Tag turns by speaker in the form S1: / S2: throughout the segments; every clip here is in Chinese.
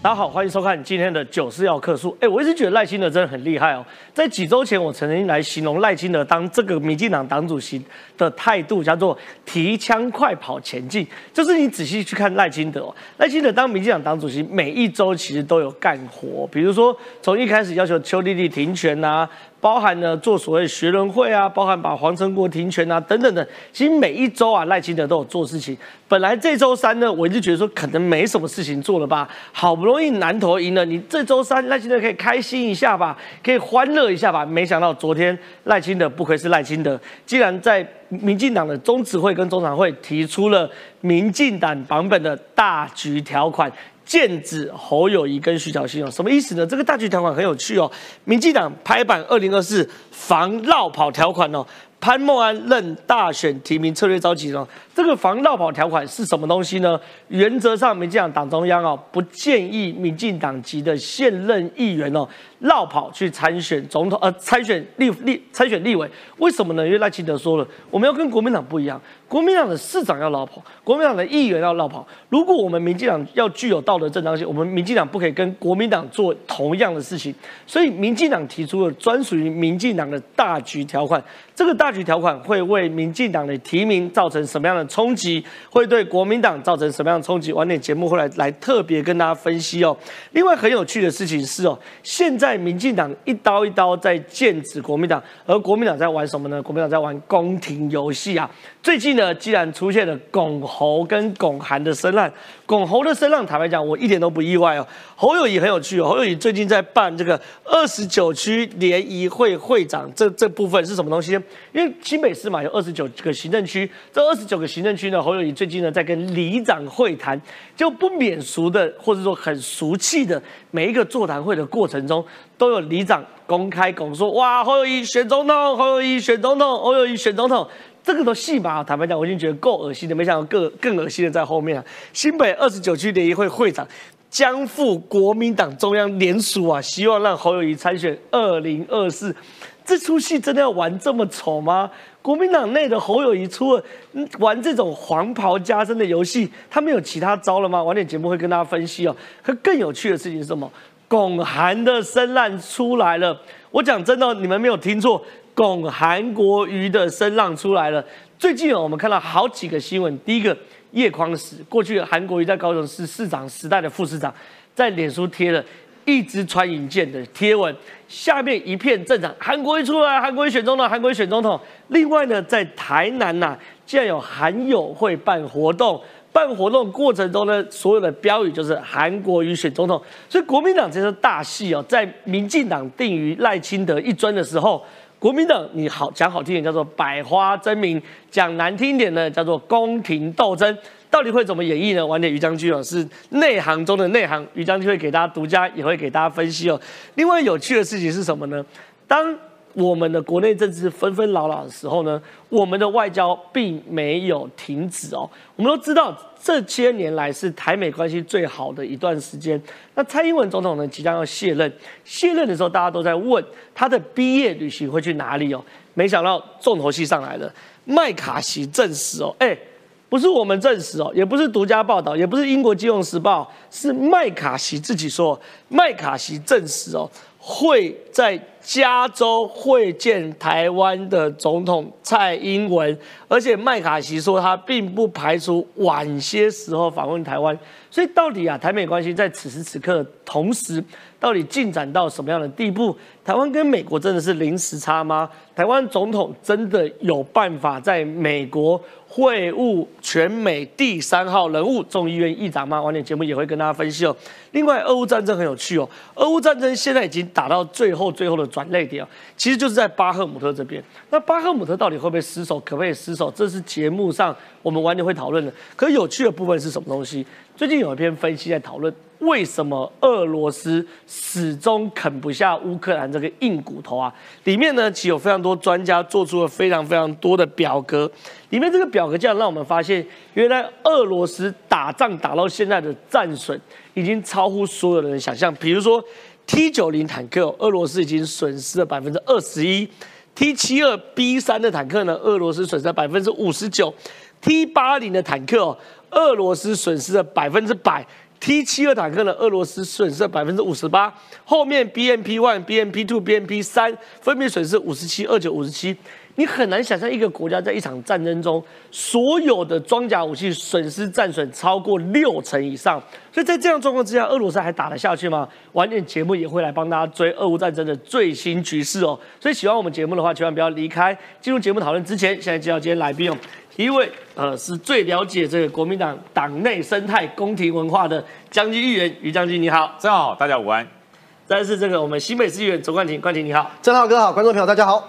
S1: 大家好，欢迎收看今天的九四要客数。哎，我一直觉得赖清德真的很厉害哦。在几周前，我曾经来形容赖清德当这个民进党党主席的态度叫做“提枪快跑前进”，就是你仔细去看赖清德、哦，赖清德当民进党党主席，每一周其实都有干活，比如说从一开始要求邱丽丽停权呐、啊。包含呢做所谓学伦会啊，包含把黄成国停权啊，等等等。其实每一周啊，赖清德都有做事情。本来这周三呢，我就觉得说可能没什么事情做了吧，好不容易南投赢了，你这周三赖清德可以开心一下吧，可以欢乐一下吧。没想到昨天赖清德不愧是赖清德，竟然在民进党的中执会跟中常会提出了民进党版本的大局条款。剑指侯友谊跟徐小新哦，什么意思呢？这个大局条款很有趣哦。民进党拍板二零二四防绕跑条款哦，潘孟安任大选提名策略召集人、哦。这个防绕跑条款是什么东西呢？原则上，民进党党中央哦不建议民进党籍的现任议员哦绕跑去参选总统，呃，参选立立参选立委。为什么呢？因为赖清德说了，我们要跟国民党不一样。国民党的市长要绕跑，国民党的议员要绕跑。如果我们民进党要具有道德正当性，我们民进党不可以跟国民党做同样的事情。所以，民进党提出了专属于民进党的大局条款。这个大局条款会为民进党的提名造成什么样的冲击？会对国民党造成什么样的冲击？晚点节目会来来特别跟大家分析哦。另外很有趣的事情是哦，现在民进党一刀一刀在剑指国民党，而国民党在玩什么呢？国民党在玩宫廷游戏啊。最近。呢，既然出现了拱侯跟拱韩的声浪，拱侯的声浪，坦白讲，我一点都不意外哦。侯友谊很有趣哦，侯友谊最近在办这个二十九区联谊会会长这这部分是什么东西呢？因为新北市嘛有二十九个行政区，这二十九个行政区呢，侯友谊最近呢在跟里长会谈，就不免俗的或者说很俗气的每一个座谈会的过程中，都有里长公开拱说，哇，侯友谊选总统，侯友谊选总统，侯友谊选总统。这个都戏码，哦坦白讲，我已经觉得够恶心的，没想到更更恶心的在后面啊。新北二十九区联谊会会长将赴国民党中央联署啊，希望让侯友谊参选二零二四。这出戏真的要玩这么丑吗？国民党内的侯友谊除了嗯玩这种黄袍加身的游戏，他们有其他招了吗？晚点节目会跟大家分析哦。可更有趣的事情是什么？拱韩的声浪出来了。我讲真的，你们没有听错。拱韩国瑜的声浪出来了。最近哦我们看到好几个新闻，第一个叶匡时，过去韩国瑜在高雄市市长时代的副市长，在脸书贴了一支穿云箭的贴文，下面一片正常，韩国瑜出来，韩国瑜选总统，韩国瑜选总统。另外呢，在台南呐、啊，竟然有韩友会办活动。办活动过程中呢，所有的标语就是韩国瑜选总统，所以国民党这是大戏哦，在民进党定于赖清德一尊的时候，国民党你好讲好听点叫做百花争鸣，讲难听一点呢叫做宫廷斗争，到底会怎么演绎呢？晚点于将军哦是内行中的内行，于将军会给大家独家，也会给大家分析哦。另外有趣的事情是什么呢？当我们的国内政治纷纷扰扰的时候呢，我们的外交并没有停止哦。我们都知道，这些年来是台美关系最好的一段时间。那蔡英文总统呢，即将要卸任，卸任的时候，大家都在问他的毕业旅行会去哪里哦。没想到重头戏上来了，麦卡锡证实哦，哎。不是我们证实哦，也不是独家报道，也不是英国《金融时报》，是麦卡锡自己说，麦卡锡证实哦，会在加州会见台湾的总统蔡英文，而且麦卡锡说他并不排除晚些时候访问台湾，所以到底啊，台美关系在此时此刻同时到底进展到什么样的地步？台湾跟美国真的是零时差吗？台湾总统真的有办法在美国？会晤全美第三号人物众议院议长吗？晚点节目也会跟大家分析哦。另外，俄乌战争很有趣哦。俄乌战争现在已经打到最后最后的转泪点哦，其实就是在巴赫姆特这边。那巴赫姆特到底会不会失守？可不可以失守？这是节目上我们晚点会讨论的。可有趣的部分是什么东西？最近有一篇分析在讨论为什么俄罗斯始终啃不下乌克兰这个硬骨头啊。里面呢，其实有非常多专家做出了非常非常多的表格。里面这个表格竟然让我们发现，原来俄罗斯打仗打到现在的战损已经超乎所有的人想象。比如说 T 九零坦克，俄罗斯已经损失了百分之二十一；T 七二 B 三的坦克呢，俄罗斯损失了百分之五十九；T 八零的坦克哦，俄罗斯损失了百分之百。 T 七二坦克的俄罗斯损失百分之五十八，后面 BMP one、BMP two、BMP 三分别损失五十七、二九、五十七。你很难想象一个国家在一场战争中，所有的装甲武器损失战损超过六成以上。所以在这样状况之下，俄罗斯还打得下去吗？晚点节目也会来帮大家追俄乌战争的最新局势哦。所以喜欢我们节目的话，千万不要离开。进入节目讨论之前，现在介绍今天来宾哦，一位呃是最了解这个国民党党内生态、宫廷文化的将军议员于将军，你好。
S2: 正好，大家午安。
S1: 再来是这个我们新北市议员左冠廷，冠廷你好。
S3: 郑浩哥好，观众朋友大家好。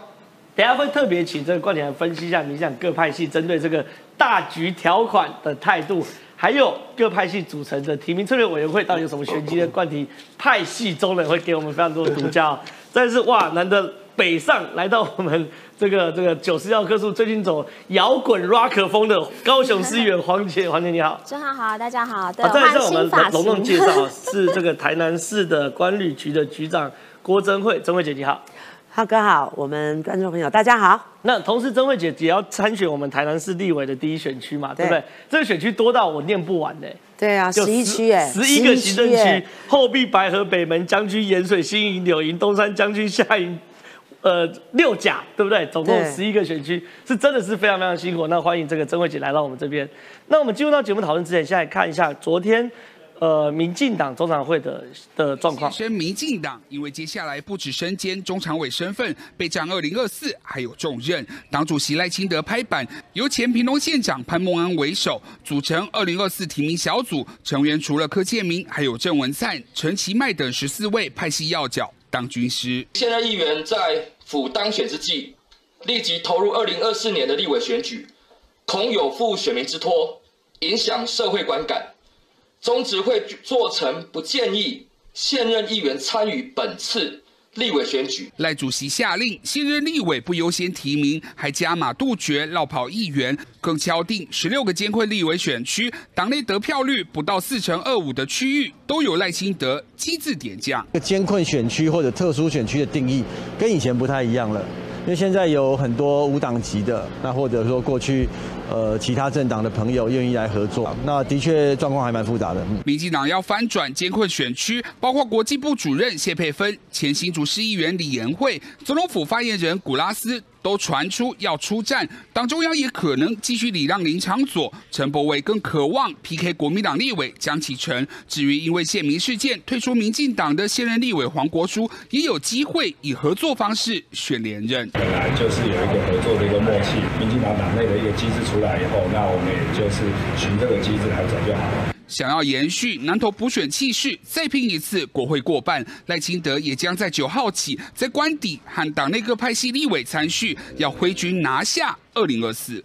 S1: 等一下会特别请这个冠廷来分析一下民进党各派系针对这个大局条款的态度，还有各派系组成的提名策略委员会到底有什么玄机的冠廷派系中人会给我们非常多的独家、哦。再是哇，难得北上来到我们这个这个九十号棵树，最近走摇滚 rock 风的高雄市议员黄姐，黄姐你好。
S4: 正好好，大家好，对，
S1: 啊，再来是我
S4: 新
S1: 们
S4: 发
S1: 隆重介
S4: 型。
S1: 绍是这个台南市的管理局的局长郭珍惠，珍惠姐你好。
S5: 浩哥好，我们观众朋友大家好。
S1: 那同时，曾慧姐也要参选我们台南市立委的第一选区嘛，对不对
S5: 对？
S1: 这个选区多到我念不完呢、
S5: 对啊，
S1: 就
S5: 十一区哎，
S1: 十一个行政
S5: 11
S1: 区
S5: 耶，，
S1: 后壁、白河、北门、将军、盐水、新营、柳营、东山、将军、下营，呃，六甲，对不对？总共
S5: 对
S1: 十一个选区，是真的是非常非常辛苦。那欢迎这个曾慧姐来到我们这边。那我们进入到节目讨论之前，先来看一下昨天，呃，民进党中常会的的状况。
S6: 升民进党，因为接下来不止身兼中常委身份，备战二零二四还有重任。党主席赖清德拍板，由前屏东县长潘孟安为首，组成二零二四提名小组，成员除了柯建明，还有郑文灿、陈其迈等十四位派系要角当军师。
S7: 现任议员在府当选之际，立即投入二零二四年的立委选举，恐有负选民之托，影响社会观感。中执会做成不建议现任议员参与本次立委选举。
S6: 赖主席下令，现任立委不优先提名，还加码杜绝绕跑议员，更敲定十六个监会立委选区，党内得票率不到四成二五的区域，都有赖清德机制点将。
S8: 这个监困选区或者特殊选区的定义跟以前不太一样了，因为现在有很多无党籍的，那或者说过去呃其他政党的朋友愿意来合作，那的确状况还蛮复杂的。嗯
S6: 民进党要翻转艰困选区，包括国际部主任谢佩芬、前新竹市议员李延惠、总统府发言人古拉斯都传出要出战，党中央也可能继续礼让林长佐、陈柏惟，更渴望 PK 国民党立委江启臣。至于因为县民事件退出民进党的现任立委黄国书，也有机会以合作方式选连任。
S9: 本来就是有一个合作的一个默契，民进党党内的一个机制出来以后，那我们也就是循这个机制来走就好了。
S6: 想要延续南投补选气势，再拼一次国会过半，赖清德也将在九号起在官邸和党内各派系立委参叙，要挥军拿下二零二四。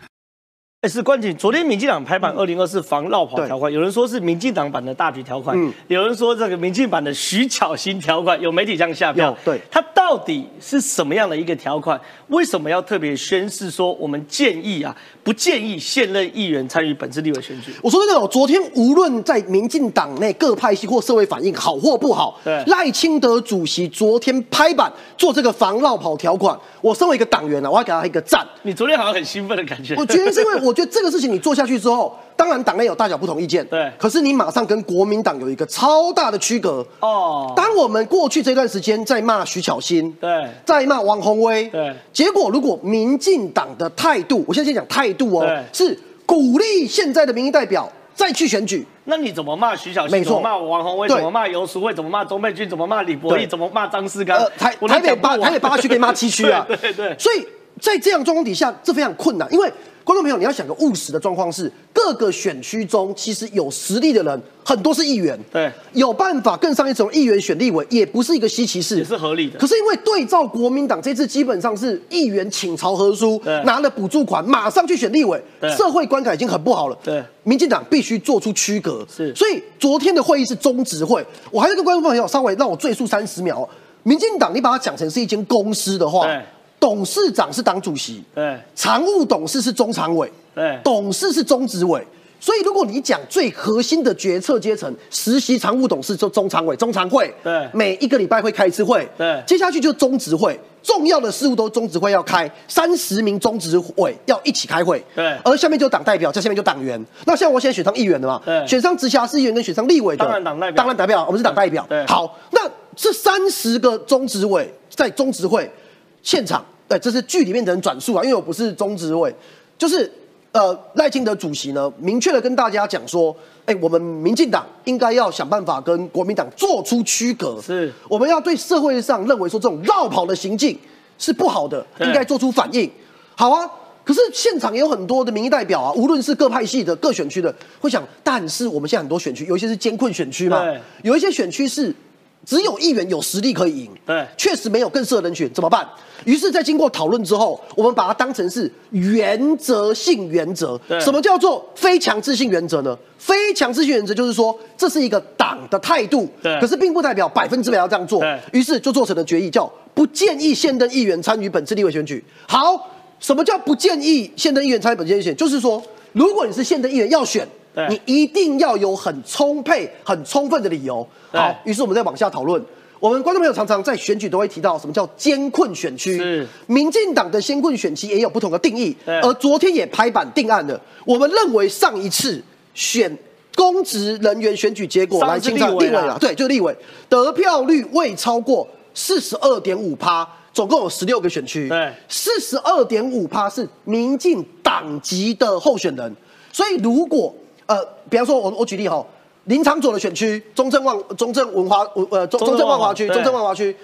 S1: 哎，是关键。昨天民进党拍板
S3: 嗯
S1: 二零二四防绕跑条款，有人说是民进党版的大局条款，
S3: 嗯
S1: 有人说这个民进版的徐巧芯条款，有媒体这样下标
S3: 有。对
S1: 它到底是什么样的一个条款？为什么要特别宣示说我们建议啊，不建议现任议员参与本次立委选举？
S3: 我说真的哦，昨天无论在民进党内各派系或社会反应好或不好
S1: 对，
S3: 赖清德主席昨天拍板做这个防绕跑条款，我身为一个党员呢、啊，我要给他一 个赞。
S1: 你昨天好像很兴奋的感觉。
S3: 我觉得是因为我觉得这个事情你做下去之后，当然党内有大小不同意见，
S1: 对
S3: 可是你马上跟国民党有一个超大的区隔。
S1: 哦
S3: 当我们过去这段时间在骂徐巧芯，
S1: 对
S3: 在骂王宏威，
S1: 对
S3: 结果如果民进党的态度，我现在先讲态度哦
S1: 对，
S3: 是鼓励现在的民意代表再去选举，
S1: 那你怎么骂徐小
S3: 没
S1: 新？怎
S3: 错
S1: 么骂王宏威？
S3: 对
S1: 怎么骂游淑慧？怎么骂钟佩君？怎么骂李博义？
S3: 对
S1: 怎么骂张世刚
S3: 呃，？台
S1: 我都
S3: 台北
S1: 讲不
S3: 八
S1: 完
S3: 台北八区可以骂七区啊
S1: ，对对对。
S3: 所以在这样状况底下，这非常困难，因为观众朋友你要想个务实的状况是，各个选区中其实有实力的人很多是议员，
S1: 对
S3: 有办法更上一层议员选立委，也不是一个稀奇事，
S1: 也是合理的
S3: 可是因为对照国民党这次基本上是议员请朝和书
S1: 对，
S3: 拿了补助款马上去选立委
S1: 对，
S3: 社会观感已经很不好了，
S1: 对
S3: 民进党必须做出区隔，
S1: 是
S3: 所以昨天的会议是中执会，我还是跟观众朋友稍微让我赘述三十秒哦。民进党你把它讲成是一间公司的话
S1: 对，
S3: 董事长是党主席，
S1: 对
S3: 常务董事是中常委，
S1: 对
S3: 董事是中执委。所以，如果你讲最核心的决策阶层，实习常务董事就中常委、中常会，
S1: 对
S3: 每一个礼拜会开一次会，
S1: 对
S3: 接下去就中执会。重要的事务都中执会要开，三十名中执委要一起开会。
S1: 对
S3: 而下面就党代表，在下面就党员。那像我现在选上议员的嘛，
S1: 对
S3: 选上直辖市议员跟选上立委的，
S1: 当然党代表
S3: 当然党代表，我们是党代表。
S1: 对
S3: 好，那这三十个中执委在中执会现场，对，这是剧里面的人转述啊，因为我不是中执委，就是呃赖清德主席呢，明确的跟大家讲说，哎，我们民进党应该要想办法跟国民党做出区隔，
S1: 是
S3: 我们要对社会上认为说这种绕跑的行径是不好的，
S1: 对
S3: 应该做出反应。好啊，可是现场也有很多的民意代表啊，无论是各派系的、各选区的，会想，但是我们现在很多选区，有一些是艰困选区嘛
S1: 对，
S3: 有一些选区是。只有议员有实力可以赢，
S1: 对
S3: 确实没有更适合人选，怎么办？于是，在经过讨论之后，我们把它当成是原则性原则
S1: 对。
S3: 什么叫做非强制性原则呢？非强制性原则就是说，这是一个党的态度，
S1: 对
S3: 可是并不代表百分之百要这样做
S1: 对。
S3: 于是就做成了决议，叫不建议现任议员参与本次立委选举。好，什么叫不建议现任议员参与本次立委选举？就是说，如果你是现任议员要选
S1: 对，
S3: 你一定要有很充沛、很充分的理由。
S1: 对
S3: 好，于是我们再往下讨论。我们观众朋友常常在选举都会提到什么叫艰困选区，
S1: 是
S3: 民进党的艰困选区也有不同的定义，
S1: 对
S3: 而昨天也拍板定案了。我们认为上一次选公职人员选举结果
S1: 上
S3: 来
S1: 次
S3: 清查
S1: 立
S3: 立
S1: 委
S3: 委
S1: 啦
S3: 啦，对，就是立委得票率未超过四十二点五趴，总共有十六个选区，
S1: 对
S3: 四十二点五趴是民进党籍的候选人，所以如果呃，比方说我我举例哈，林长佐的选区中正万中正文化呃中
S1: 中
S3: 中
S1: 正
S3: 正
S1: 万
S3: 万
S1: 华
S3: 华区
S1: 对
S3: 中正万华区，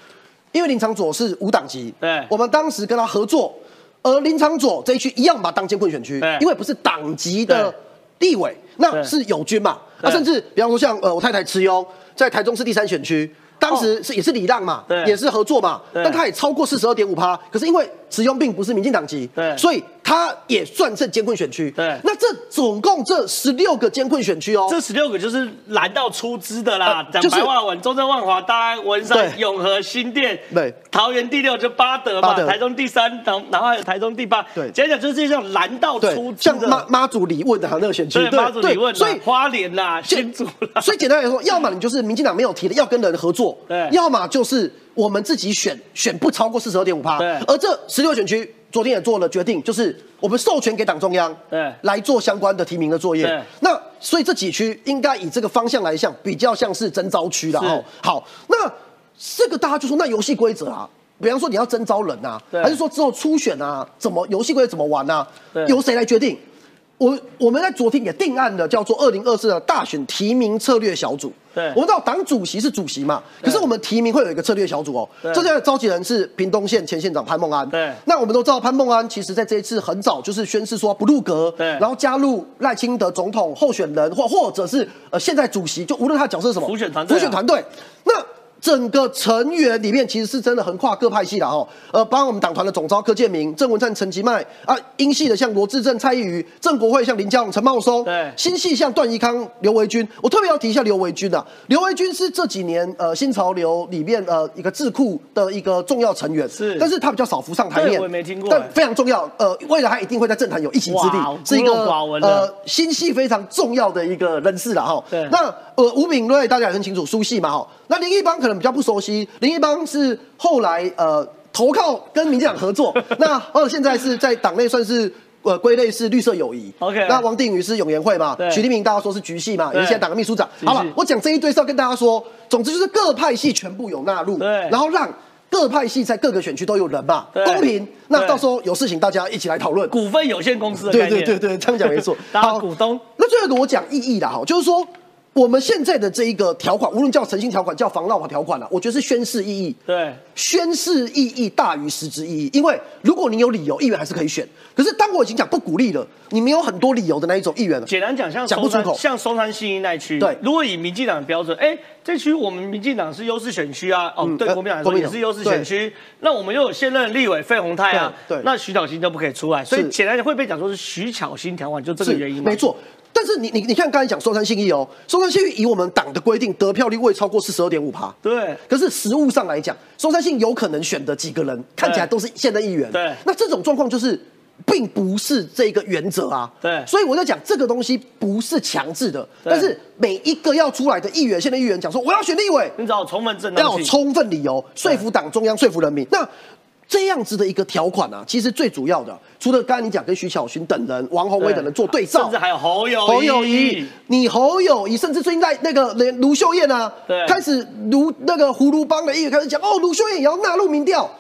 S3: 因为林长佐是无党籍，
S1: 对
S3: 我们当时跟他合作，而林长佐这一区一样把它当监困选区
S1: 对，
S3: 因为不是党籍的地位，
S1: 对
S3: 那是友军嘛，
S1: 对
S3: 那甚至比方说像呃我太太慈庸在台中市第三选区。当时是也是李浪嘛
S1: 哦对，
S3: 也是合作嘛，
S1: 对
S3: 但他也超过四十二点五趴。可是因为慈庸并不是民进党籍，
S1: 对
S3: 所以他也算是监困选区。
S1: 对
S3: 那这总共这十六个监困选区哦，
S1: 这十六个就是蓝到出资的啦，
S3: 呃
S1: 讲、
S3: 就是
S1: 白话文，中正万华、大安、文山、
S3: 对
S1: 永和、新店，
S3: 对
S1: 桃园第六就巴德嘛，
S3: 巴德
S1: 台中第三，然后然后还有台中第八，
S3: 对
S1: 讲讲就是这项蓝到出
S3: 对，
S1: 资
S3: 像
S1: 的，
S3: 妈妈祖李问的那个选区，
S1: 对妈祖理啊论啦，
S3: 所以
S1: 花莲啦、
S3: 就
S1: 新竹啦，
S3: 所以简单来说，要么你就是民进党没有提的要跟人合作
S1: 对，
S3: 要么就是我们自己选选不超过四十二点五趴
S1: 对。
S3: 而这十六选区昨天也做了决定，就是我们授权给党中央
S1: 对
S3: 来做相关的提名的作
S1: 对
S3: 业。那所以这几区应该以这个方向来向，比较像是征招区了
S1: 是
S3: 哦。好，那这个大家就说那游戏规则啊。比方说你要征招人啊，
S1: 对
S3: 还是说之后初选啊，怎么游戏规则怎么玩啊
S1: 对？
S3: 由谁来决定？我我们在昨天也定案了，叫做二零二四的大选提名策略小组。
S1: 对
S3: 我们知道党主席是主席嘛，可是我们提名会有一个策略小组哦。
S1: 对
S3: 这个召集人是屏东县前县长潘孟安。
S1: 对
S3: 那我们都知道潘孟安其实在这一次很早就是宣誓说不入阁，
S1: 对
S3: 然后加入赖清德总统候选人或或者是呃现在主席，就无论他的角色是什么，
S1: 辅选团队啊
S3: 辅选团队。那整个成员里面其实是真的横跨各派系的哈、哦，呃，包括我们党团的总召柯建明、郑文灿、陈吉迈啊，英系的像罗志正、蔡依瑜，郑国会像林佳龙、陈茂松，
S1: 对
S3: 新系像段宜康、刘维军，我特别要提一下刘维军啊。刘维军是这几年呃新潮流里面呃一个智库的一个重要成员，
S1: 是
S3: 但是他比较少浮上台
S1: 对
S3: 面，
S1: 我也没听过哎
S3: 但非常重要。呃，未来他一定会在政坛有一席之地
S1: 哇，
S3: 是一
S1: 孤陋
S3: 个
S1: 寡闻的
S3: 呃新系非常重要的一个人士了哈。
S1: 对
S3: 那呃吴敏瑞大家也很清楚，苏系嘛哈。那林一邦可能比较不熟悉，林一邦是后来呃投靠跟民进党 合作，那呃现在是在党内算是。呃，归类是绿色友谊。
S1: OK
S3: 那王定宇是永联会嘛
S1: 对？
S3: 徐立明大家说是局系嘛，
S1: 对
S3: 也是现在党的秘书长。
S1: 局系
S3: 好了，我讲这一堆是要跟大家说，总之就是各派系全部有纳入，
S1: 对
S3: 然后让各派系在各个选区都有人嘛，
S1: 对
S3: 公平。那
S1: 对
S3: 到时候有事情大家一起来讨论。
S1: 股份有限公司的概
S3: 对
S1: 念，。
S3: 对对对，这样讲没错
S1: 当股东
S3: 好。那最后一个我讲意义啦，哈，就是说我们现在的这一个条款，无论叫诚信条款、叫防浪法条款啦，我觉得是宣誓意义。
S1: 对
S3: 宣誓意义大于实质意义，因为如果你有理由，议员还是可以选。可是当我已经讲不鼓励了，你没有很多理由的那一种议员了，
S1: 简单讲，像
S3: 讲不
S1: 松
S3: 出
S1: 山
S3: 口
S1: 像松山新一那一区，
S3: 对
S1: 如果以民进党的标准，哎，这区我们民进党是优势选区啊，哦，
S3: 嗯
S1: 对
S3: 呃
S1: 国民党来
S3: 国
S1: 说
S3: 民
S1: 也
S3: 党
S1: 是优势选区，那我们又有现任立委费鸿泰啊，
S3: 对对
S1: 那徐巧芯就不可以出来，所以
S3: 是
S1: 简单讲会被讲说是徐巧芯条款，就这个
S3: 是
S1: 原因嘛
S3: 没错。但是你你你看刚才讲松山信义哦，松山信义以我们党的规定得票率未超过四十二点五趴。
S1: 对
S3: 可是实务上来讲，松山信有可能选的几个人看起来都是现任议员。
S1: 对
S3: 那这种状况就是。并不是这个原则啊，
S1: 对
S3: 所以我在讲这个东西不是强制的，
S1: 对
S3: 但是每一个要出来的议员，现在议员讲说我要选立委，
S1: 你找充分正
S3: 要
S1: 当
S3: 有
S1: 性。
S3: 充分理由说服党中央、说服人民。那这样子的一个条款啊，其实最主要的，除了刚才你讲跟徐巧芯等人、王宏威等人做对照，
S1: 甚至还有侯友
S3: 侯友
S1: 谊
S3: 谊，你侯友谊，甚至最近在那个连卢秀燕啊
S1: 对，
S3: 开始卢那个葫芦帮的议员开始讲，哦，卢秀燕也要纳入民调。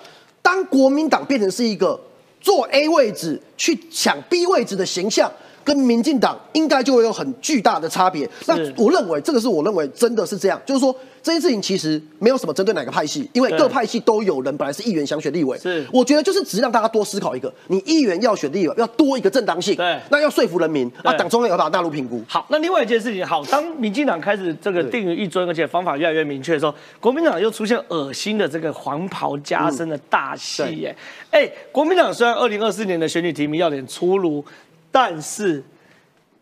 S3: 当国民党变成是一个坐 A 位置去抢 B 位置的形象，跟民进党应该就会有很巨大的差别。那我认为这个是我认为真的是这样，就是说这件事情其实没有什么针对哪个派系，因为
S1: 对
S3: 各派系都有人本来是议员想选立委，
S1: 是
S3: 我觉得就是只是让大家多思考一个，你议员要选立委要多一个正当性，
S1: 对
S3: 那要说服人民，啊，
S1: 对
S3: 党中央也要把它纳入评估。
S1: 好，那另外一件事情，好，当民进党开始这个定于一尊，而且方法越来越明确的时候，国民党又出现恶心的这个黄袍加身的大戏
S3: 嗯对
S1: 耶。哎、国民党虽然二零二四年的选举提名要点出炉，但是。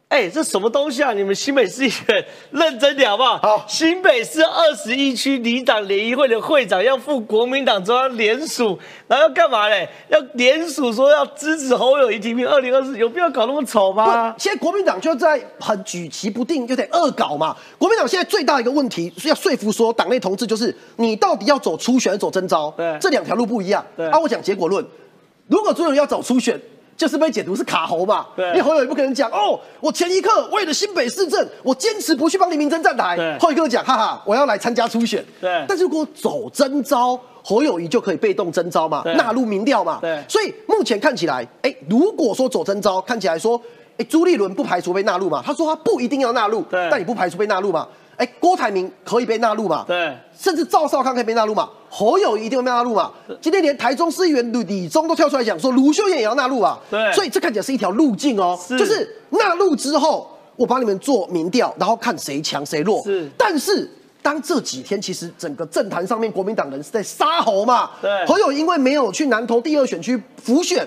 S1: 哎、这什么东西啊？你们新北市议员认真点好不好？
S3: 好
S1: 新北市二十一区里长联谊会的会长要赴国民党中央联署，然后要干嘛嘞？要联署说要支持侯友谊提名二零二四，有必要搞那么丑吗
S3: 不，？现在国民党就在很举棋不定，有点恶搞嘛。国民党现在最大一个问题是要说服说党内同志，就是你到底要走初选还是走征招？
S1: 对
S3: 这两条路不一样。
S1: 对
S3: 啊，我讲结果论，如果朱有人要走初选。就是被解读是卡喉嘛，
S1: 对
S3: 因为侯友也不可能讲哦，我前一刻为了新北市政，我坚持不去帮黎明珍站
S1: 对
S3: 台，后一刻讲哈哈，我要来参加初选。
S1: 对
S3: 但是如果走征招，侯友谊就可以被动征招嘛，
S1: 对
S3: 纳入民调嘛。
S1: 对
S3: 所以目前看起来，哎、如果说走征招，看起来说，哎、朱立伦不排除被纳入嘛？他说他不一定要纳入，
S1: 对
S3: 但也不排除被纳入嘛？哎、郭台铭可以被纳入嘛？
S1: 对
S3: 甚至赵少康可以被纳入嘛？侯友谊一定会被纳入嘛？今天连台中市议员吕李忠都跳出来讲说，卢秀燕也要纳入啊。
S1: 对
S3: 所以这看起来是一条路径哦，
S1: 是
S3: 就是纳入之后，我帮你们做民调，然后看谁强谁弱。
S1: 是
S3: 但是当这几天其实整个政坛上面国民党人是在杀猴嘛，
S1: 对
S3: 侯友宜因为没有去南投第二选区浮选，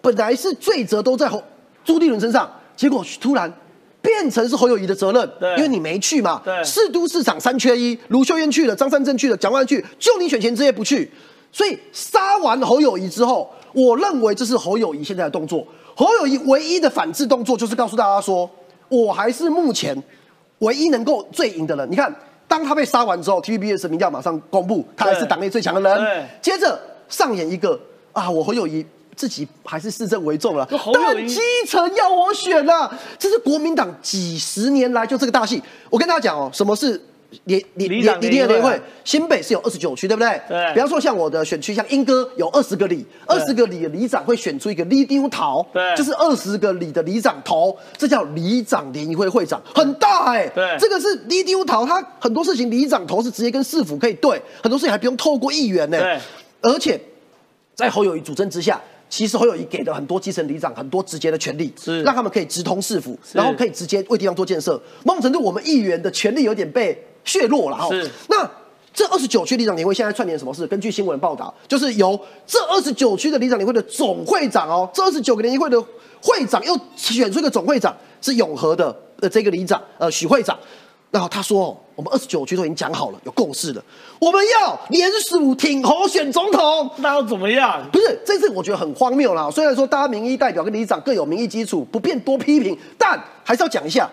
S3: 本来是罪责都在侯朱立伦身上，结果突然。变成是侯友谊的责任
S1: 对，
S3: 因为你没去嘛。
S1: 对
S3: 市都市长三缺一，卢秀燕去了，张善政去了，蒋万安去，就你选前之夜不去，所以杀完侯友谊之后，我认为这是侯友谊现在的动作。侯友谊唯一的反制动作就是告诉大家说，我还是目前唯一能够最赢的人。你看，当他被杀完之后，TVBS 民调马上公布，他还是
S1: 对
S3: 党内最强的人
S1: 对。
S3: 接着上演一个啊，我侯友谊自己还是市政为重了
S1: 那侯，友宜
S3: 但基层要我选啊，这是国民党几十年来就这个大戏。我跟大家讲哦，什么是联联
S1: 里长
S3: 联
S1: 联谊会
S3: 联
S1: 啊
S3: 联联会？新北是有二十九区，对不对？
S1: 对
S3: 比方说像我的选区，像英歌有二十个里，
S1: 对
S3: 二十个里的里长会选出一个里丢桃，
S1: 对
S3: 就是二十个里的里长头，这叫里长联谊会会长，很大哎、
S1: 对
S3: 这个是里丢桃，他很多事情里长头是直接跟市府可以对，很多事情还不用透过议员呢、
S1: 对
S3: 而且在侯友谊主政之下，其实侯友谊给了很多基层里长很多直接的权利，
S1: 是
S3: 让他们可以直通市府，然后可以直接为地方做建设。某种程度，我们议员的权利有点被削弱了哈
S1: 是。
S3: 那这二十九区里长联会现在串联什么事？根据新闻报道，就是由这二十九区的里长联会的总会长哦，这二十九个联谊会的会长又选出一个总会长，是永和的呃这个里长呃许会长。然后他说：“哦，我们二十九区都已经讲好了，有共识了，我们要联署挺侯选总统。”
S1: 那又怎么样？
S3: 不是这次我觉得很荒谬啦。虽然说大家民意代表跟里长各有民意基础，不便多批评，但还是要讲一下，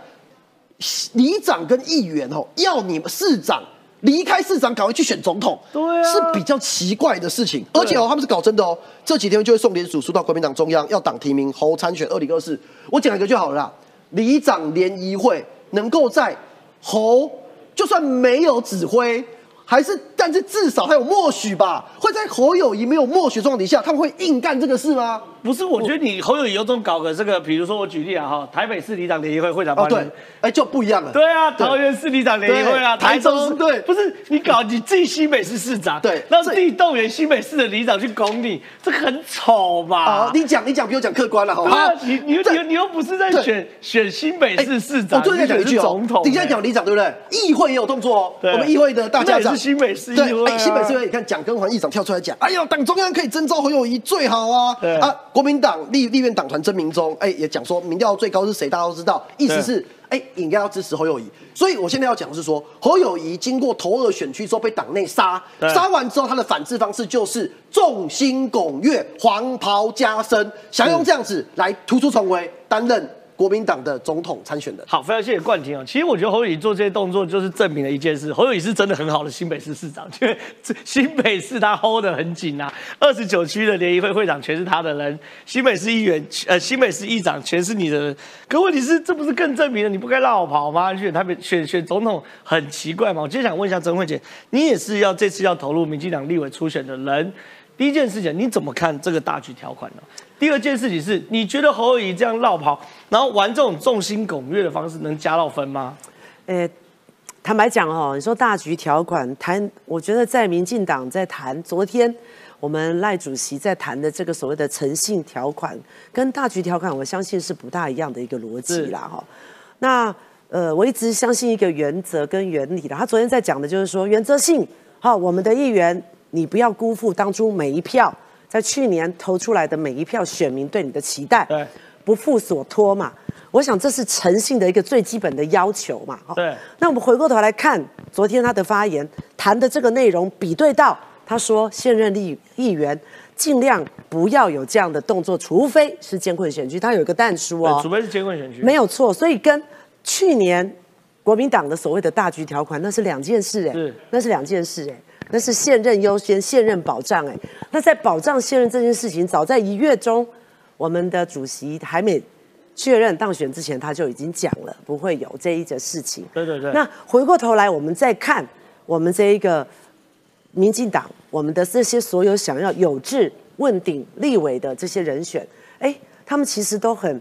S3: 里长跟议员哦，要你们市长离开市长，赶快去选总统，
S1: 对啊
S3: 是比较奇怪的事情。而且哦，他们是搞真的哦，这几天就会送联署书到国民党中央，要党提名侯参选二零二四。我讲一个就好了啦，里长联谊会能够在侯就算没有指挥。还是，但是至少他有默许吧？会在侯友谊没有默许状况底下，他们会硬干这个事吗？
S1: 不是，我觉得你侯友宜有种搞个这个，比如说我举例啊哈，台北市里长联谊会会长
S3: 哦，
S1: 啊帮你
S3: 对，哎，就不一样了。
S1: 对啊，桃园市里长联谊会啊，
S3: 对台中
S1: 市
S3: 对
S1: 不是你搞你自己新北市市长，
S3: 对
S1: 让
S3: 这
S1: 地动员新北市的里长去拱你，这个很丑
S3: 好
S1: 吧，？
S3: 哦你讲，你讲，比我讲客观了，好
S1: 对
S3: 吗
S1: 啊，？你你又
S3: 这
S1: 你又你又不是在
S3: 对
S1: 选选新北市市长，
S3: 我最后再讲一句
S1: 你选
S3: 哦，
S1: 总统，欸
S3: 你现在讲里长对不对？议会也有动作哦，
S1: 对
S3: 我们议会的大家
S1: 那
S3: 长
S1: 也是新北市议会啊
S3: 对，哎新北市议会，你看蒋根环议长跳出来讲，哎呦，党中央可以征召侯友谊最好啊
S1: 对，
S3: 啊，国民党立立院党团曾明忠，哎，也讲说民调最高是谁，大家都知道，意思是。哎，应该要支持侯友谊，所以我现在要讲的是说，侯友谊经过投二选区之后被党内杀，
S1: 对
S3: 杀完之后他的反制方式就是众星拱月、黄袍加身，想用这样子来突出重围，担任国民党的总统参选人。
S1: 好，非常谢谢冠廷啊。其实我觉得侯友宜做这些动作，就是证明了一件事：侯友宜是真的很好的新北市市长，因为这新北市他 hold 得很紧啊。二十九区的联谊会会长全是他的人，新北市议员呃新北市议长全是你的人。可问题是，这不是更证明了你不该绕跑吗？选台北选选总统很奇怪嘛。我今天想问一下曾慧姐，你也是要这次要投入民进党立委初选的人，第一件事情你怎么看这个大局条款呢？第二件事情是，你觉得侯友宜这样绕跑，然后玩这种众星拱月的方式，能加到分吗？
S5: 呃，坦白讲哦，你说大局条款谈，我觉得在民进党在谈，昨天我们赖主席在谈的这个所谓的诚信条款，跟大局条款，我相信是不大一样的一个逻辑啦哈。那呃，我一直相信一个原则跟原理的，他昨天在讲的就是说原则性，好、我们的议员你不要辜负当初每一票在去年投出来的每一票选民对你的期待，
S1: 对
S5: 不负所托嘛。我想这是诚信的一个最基本的要求嘛。哦
S1: 对
S5: 那我们回过头来看昨天他的发言谈的这个内容，比对到他说现任立议员尽量不要有这样的动作，除非是艰困选区，他有一个淡书哦
S1: 对，，除非是监管选区。
S5: 没有错。所以跟去年国民党的所谓的大局条款，那是两件事哎、
S1: 是
S5: 那是两件事哎、那是现任优先、现任保障哎、那在保障现任这件事情，早在一月中，我们的主席还没确认当选之前，他就已经讲了，不会有这一件事情。
S1: 对对对
S5: 那回过头来，我们再看我们这一个民进党，我们的这些所有想要有志问鼎立委的这些人选，哎，他们其实都很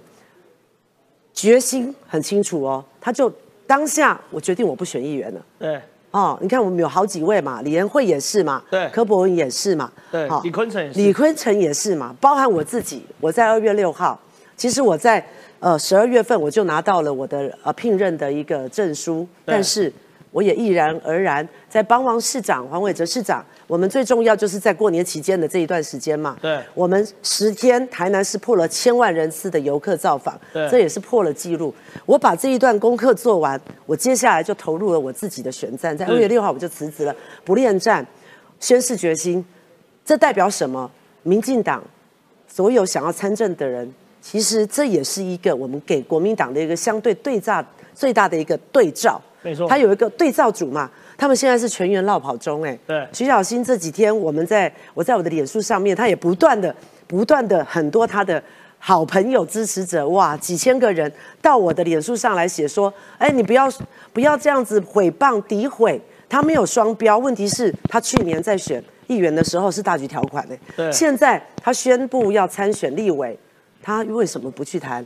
S5: 决心很清楚哦，他就当下我决定我不选议员了。
S1: 对
S5: 哦，你看我们有好几位嘛，李延慧也是嘛，
S1: 对
S5: 柯博文也是嘛，
S1: 对
S5: 好
S1: 李坤城也是
S5: 李坤城也是嘛，包含我自己，我在二月六号，其实我在呃十二月份我就拿到了我的呃聘任的一个证书，
S1: 对
S5: 但是我也毅然而然在帮王市长、黄伟哲市长，我们最重要就是在过年期间的这一段时间嘛，
S1: 对
S5: 我们十天台南是破了千万人次的游客造访，
S1: 对
S5: 这也是破了记录。我把这一段功课做完，我接下来就投入了我自己的选战，在
S1: 嗯
S5: 二月六号我就辞职了，不恋战，宣誓决心。这代表什么？民进党所有想要参政的人，其实这也是一个我们给国民党的一个相对对照最大的一个对照。
S1: 没错
S5: 他有一个对照组嘛，他们现在是全员落跑中、哎，
S1: 对
S5: 徐小新这几天我们在我在我的脸书上面，他也不断的不断的很多他的。好朋友、支持者，哇，几千个人到我的脸书上来写说：“哎，你不要不要这样子毁谤、诋毁，他没有双标。问题是，他去年在选议员的时候是大局条款哎的、
S1: 对
S5: 现在他宣布要参选立委，他为什么不去谈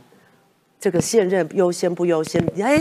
S5: 这个现任优先不优先？哎，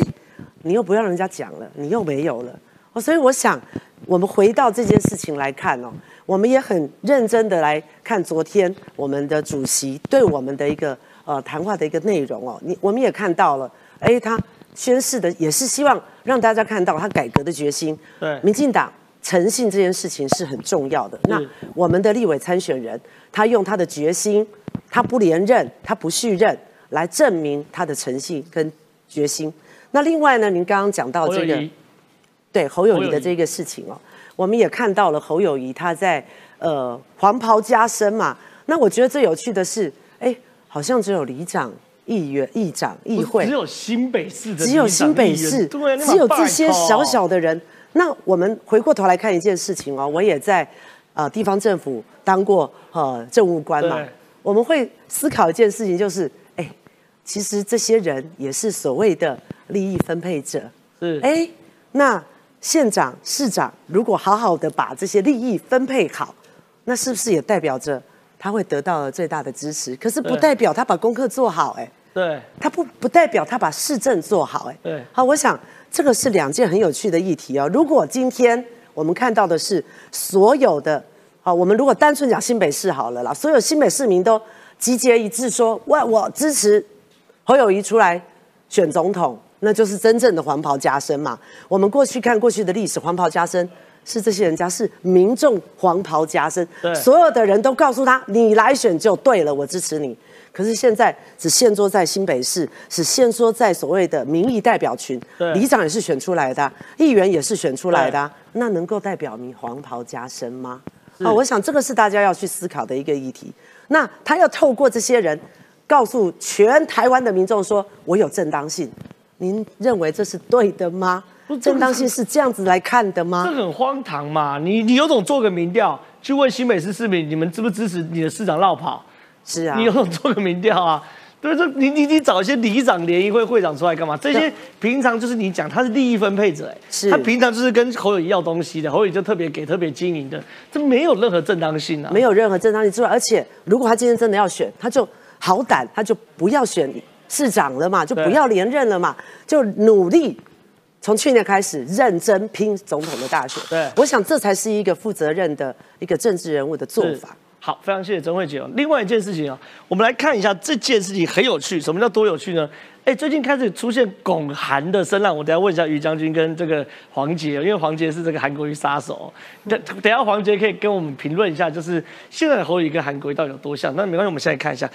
S5: 你又不让人家讲了，你又没有了哦。所以我想，我们回到这件事情来看哦，我们也很认真的来看昨天我们的主席对我们的一个呃谈话的一个内容哦，你我们也看到了，哎，他宣誓的也是希望让大家看到他改革的决心。
S1: 对
S5: 民进党诚信这件事情是很重要的。那我们的立委参选人，他用他的决心，他不连任，他不续任，来证明他的诚信跟决心。那另外呢，您刚刚讲到
S1: 侯
S5: 这个
S1: 友宜
S5: 对侯友谊
S1: 侯友
S5: 的
S1: 宜
S5: 这个事情哦，我们也看到了侯友谊他在呃黄袍加身嘛。那我觉得最有趣的是，哎，好像只有里长、议员、议长、议会
S1: 哦只有新北市的里长议员，
S5: 只有新北市，
S1: 对啊，你把
S5: 只有这些
S1: 拜托
S5: 小小的人。那我们回过头来看一件事情哦，我也在呃地方政府当过呃政务官嘛
S1: 对，
S5: 我们会思考一件事情，就是哎，其实这些人也是所谓的利益分配者，
S1: 是
S5: 哎，那县长、市长如果好好的把这些利益分配好，那是不是也代表着他会得到了最大的支持？可是不
S1: 对
S5: 代表他把功课做好、哎。
S1: 对
S5: 他不不代表他把市政做好、哎，
S1: 对
S5: 好，我想这个是两件很有趣的议题哦。如果今天我们看到的是所有的，好，我们如果单纯讲新北市好了啦，所有新北市民都集结一致说，我我支持侯友谊出来选总统，那就是真正的黄袍加身嘛。我们过去看过去的历史，黄袍加身是这些人家是民众黄袍加身
S1: 对，
S5: 所有的人都告诉他你来选就对了，我支持你。可是现在只限缩在新北市，只限缩在所谓的民意代表群
S1: 对，
S5: 里长也是选出来的啊、议员也是选出来的啊、那能够代表你黄袍加身吗？啊、我想这个是大家要去思考的一个议题。那他要透过这些人，告诉全台湾的民众说，我有正当性。您认为这是对的吗
S1: 不？这个
S5: 正当性是这样子来看的吗
S1: 这？很荒唐嘛！你你有种做个民调，去问新北市市民，你们支不支持你的市长绕跑？
S5: 是啊
S1: 你，有种做个民调啊！ 对，这你你你找一些里长、联谊会会长出来干嘛？这些
S5: 对
S1: 平常就是你讲他是利益分配者，哎
S5: 是
S1: 他平常就是跟侯友宜要东西的，侯友宜就特别给、特别经营的，这没有任何正当性啊！
S5: 没有任何正当性之外，而且如果他今天真的要选，他就好胆，他就不要选市长了嘛，就
S1: 对
S5: 不要连任了嘛，就努力。从去年开始认真拼总统的大选，
S1: 对
S5: 我想这才是一个负责任的一个政治人物的做
S1: 是
S5: 法。
S1: 好，非常谢谢曾慧姐哦。另外一件事情啊、我们来看一下这件事情很有趣。什么叫多有趣呢？哎，最近开始出现拱韩的声浪，我等一下问一下于将军跟这个黄杰哦，因为黄杰是这个韩国瑜杀手哦。等等一下黄杰可以跟我们评论一下，就是现在的侯友宜跟韩国瑜到底有多像？那没关系，我们现在看一下。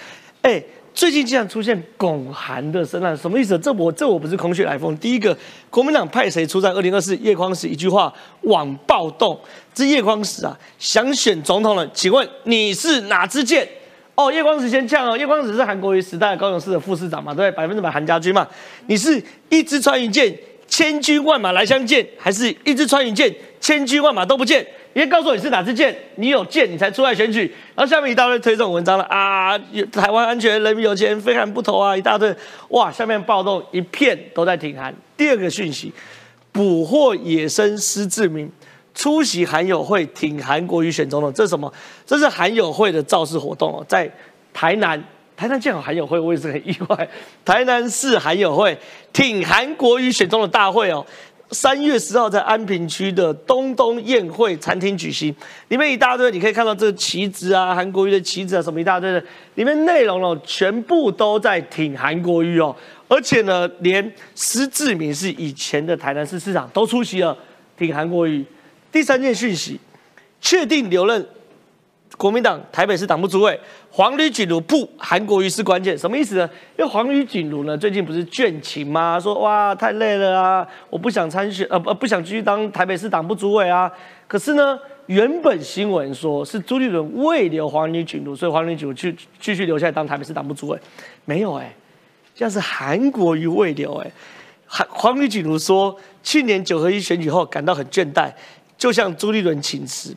S1: 哎，最近竟然出现拱韩的声浪，什么意思？这我这我不是空穴来风。第一个，国民党派谁出战二零二四？叶匡时一句话网暴动，这叶匡时啊，想选总统了，请问你是哪支箭？哦，叶光石先呛哦，叶光石是韩国瑜时代的高雄市的副市长嘛，对不对，百分之百韩家军嘛。你是一支穿云箭，千军万马来相见，还是一支穿云箭，千军万马都不见？你先告诉我你是哪支箭，你有箭你才出来选举。然后下面一大堆推这种文章了啊，有台湾安全，人民有钱，非韩不投啊，一大堆。哇，下面暴动一片都在挺韩。第二个讯息，捕获野生施志明，出席韩友会挺韩国瑜选总统，这是什么？这是韩友会的造势活动哦，在台南。 台南建有韩友会，我也是很意外。台南市韩友会挺韩国瑜选中的大会哦，三月十号在安平区的东东宴会餐厅举行，里面一大堆，你可以看到这个旗子啊，韩国瑜的旗子啊，什么一大堆的，里面内容哦，全部都在挺韩国瑜哦，而且呢，连施志明是以前的台南市市长都出席了挺韩国瑜。第三件讯息，确定留任国民党台北市党部主委黄旅锦如不韩国瑜是关键，什么意思呢？因为黄旅锦如呢最近不是倦勤吗？说哇太累了啊，我不想参选，呃不不想继续当台北市党部主委啊。可是呢，原本新闻说是朱立伦未留黄旅锦如，所以黄旅锦如去继续留下来当台北市党部主委，没有哎、现在是韩国瑜未留哎、韩黄旅锦如说，去年九合一选举后感到很倦怠，就向朱立伦请辞。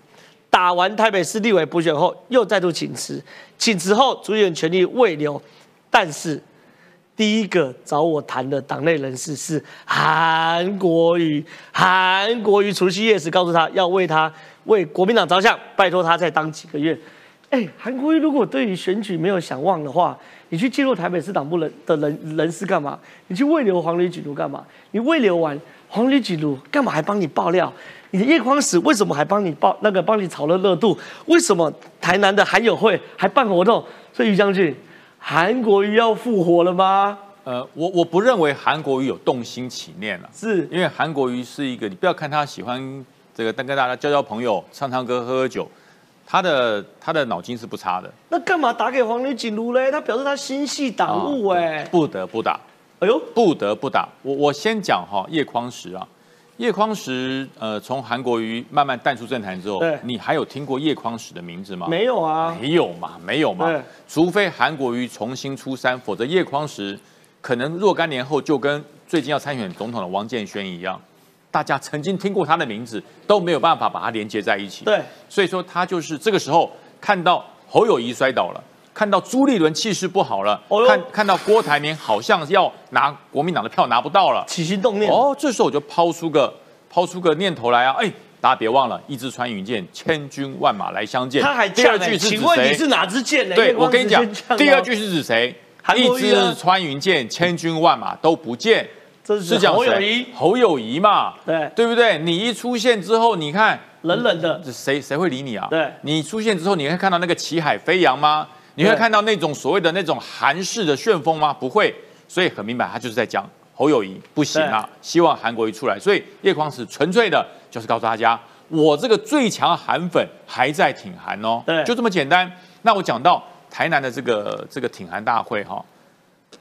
S1: 打完台北市立委补选后，又再度请辞。请辞后，朱立伦权力未留，但是第一个找我谈的党内人士是韩国瑜。韩国瑜除夕夜时告诉他要为他为国民党着想，拜托他再当几个月。哎，韩国瑜如果对于选举没有想望的话，你去介入台北市党部人的人人事干嘛？你去慰留黄旅举如干嘛？你慰留完黄旅举如干嘛还帮你爆料？你的叶匡时为什么还帮你爆那个帮你炒热热度？为什么台南的韩友会还办活动？所以于将军，韩国瑜要复活了吗？
S2: 呃，我我不认为韩国瑜有动心起念了、
S1: 是
S2: 因为韩国瑜是一个，你不要看他喜欢这个，但跟大家交交朋友、唱唱歌、喝喝酒，他的他的脑筋是不差的。
S1: 那干嘛打给黄旅锦如嘞？他表示他心系党
S2: 哦
S1: 务哎、
S2: 啊不得不打，
S1: 哎呦，
S2: 不得不打。我我先讲哈、叶匡时啊，叶匡时呃，从韩国瑜慢慢淡出政坛之后
S1: 对，
S2: 你还有听过叶匡时的名字吗？
S1: 没有啊，
S2: 没有嘛，没有嘛
S1: 对，
S2: 除非韩国瑜重新出山，否则叶匡时可能若干年后就跟最近要参选总统的王建轩一样，大家曾经听过他的名字，都没有办法把它连接在一起。
S1: 对，
S2: 所以说他就是这个时候看到侯友谊摔倒了。看到朱立伦气势不好了，
S1: 哦哟
S2: 看看到郭台铭好像要拿国民党的票拿不到了，
S1: 起心动念
S2: 哦，这时候我就抛出个抛出个念头来啊，哎，大家别忘了，一支穿云箭，千军万马来相见。
S1: 他还
S2: 第二
S1: 呛、欸、
S2: 句是指
S1: 请问你
S2: 谁？
S1: 是哪支箭呢？
S2: 对，
S1: 叶光
S2: 我跟你
S1: 之
S2: 讲
S1: 间呛，
S2: 第二
S1: 哦
S2: 句是指谁？
S1: 韩
S2: 一
S1: 国瑜啊
S2: 支穿云箭，千军万马都不见。
S1: 这是
S2: 讲
S1: 侯友
S2: 谁
S1: 谊
S2: 侯友谊嘛，
S1: 对
S2: 对不对？你一出现之后，你看
S1: 冷冷的，
S2: 这谁谁会理你啊？
S1: 对
S2: 你出现之后，你会看到那个旗海飞扬吗？你会
S1: 对
S2: 看到那种所谓的那种韩式的旋风吗？不会，所以很明白，他就是在讲侯友谊不行啊，希望韩国瑜出来。所以叶匡是纯粹的，就是告诉大家，我这个最强韩粉还在挺韩哦，
S1: 对
S2: 就这么简单。那我讲到台南的这个这个挺韩大会哈、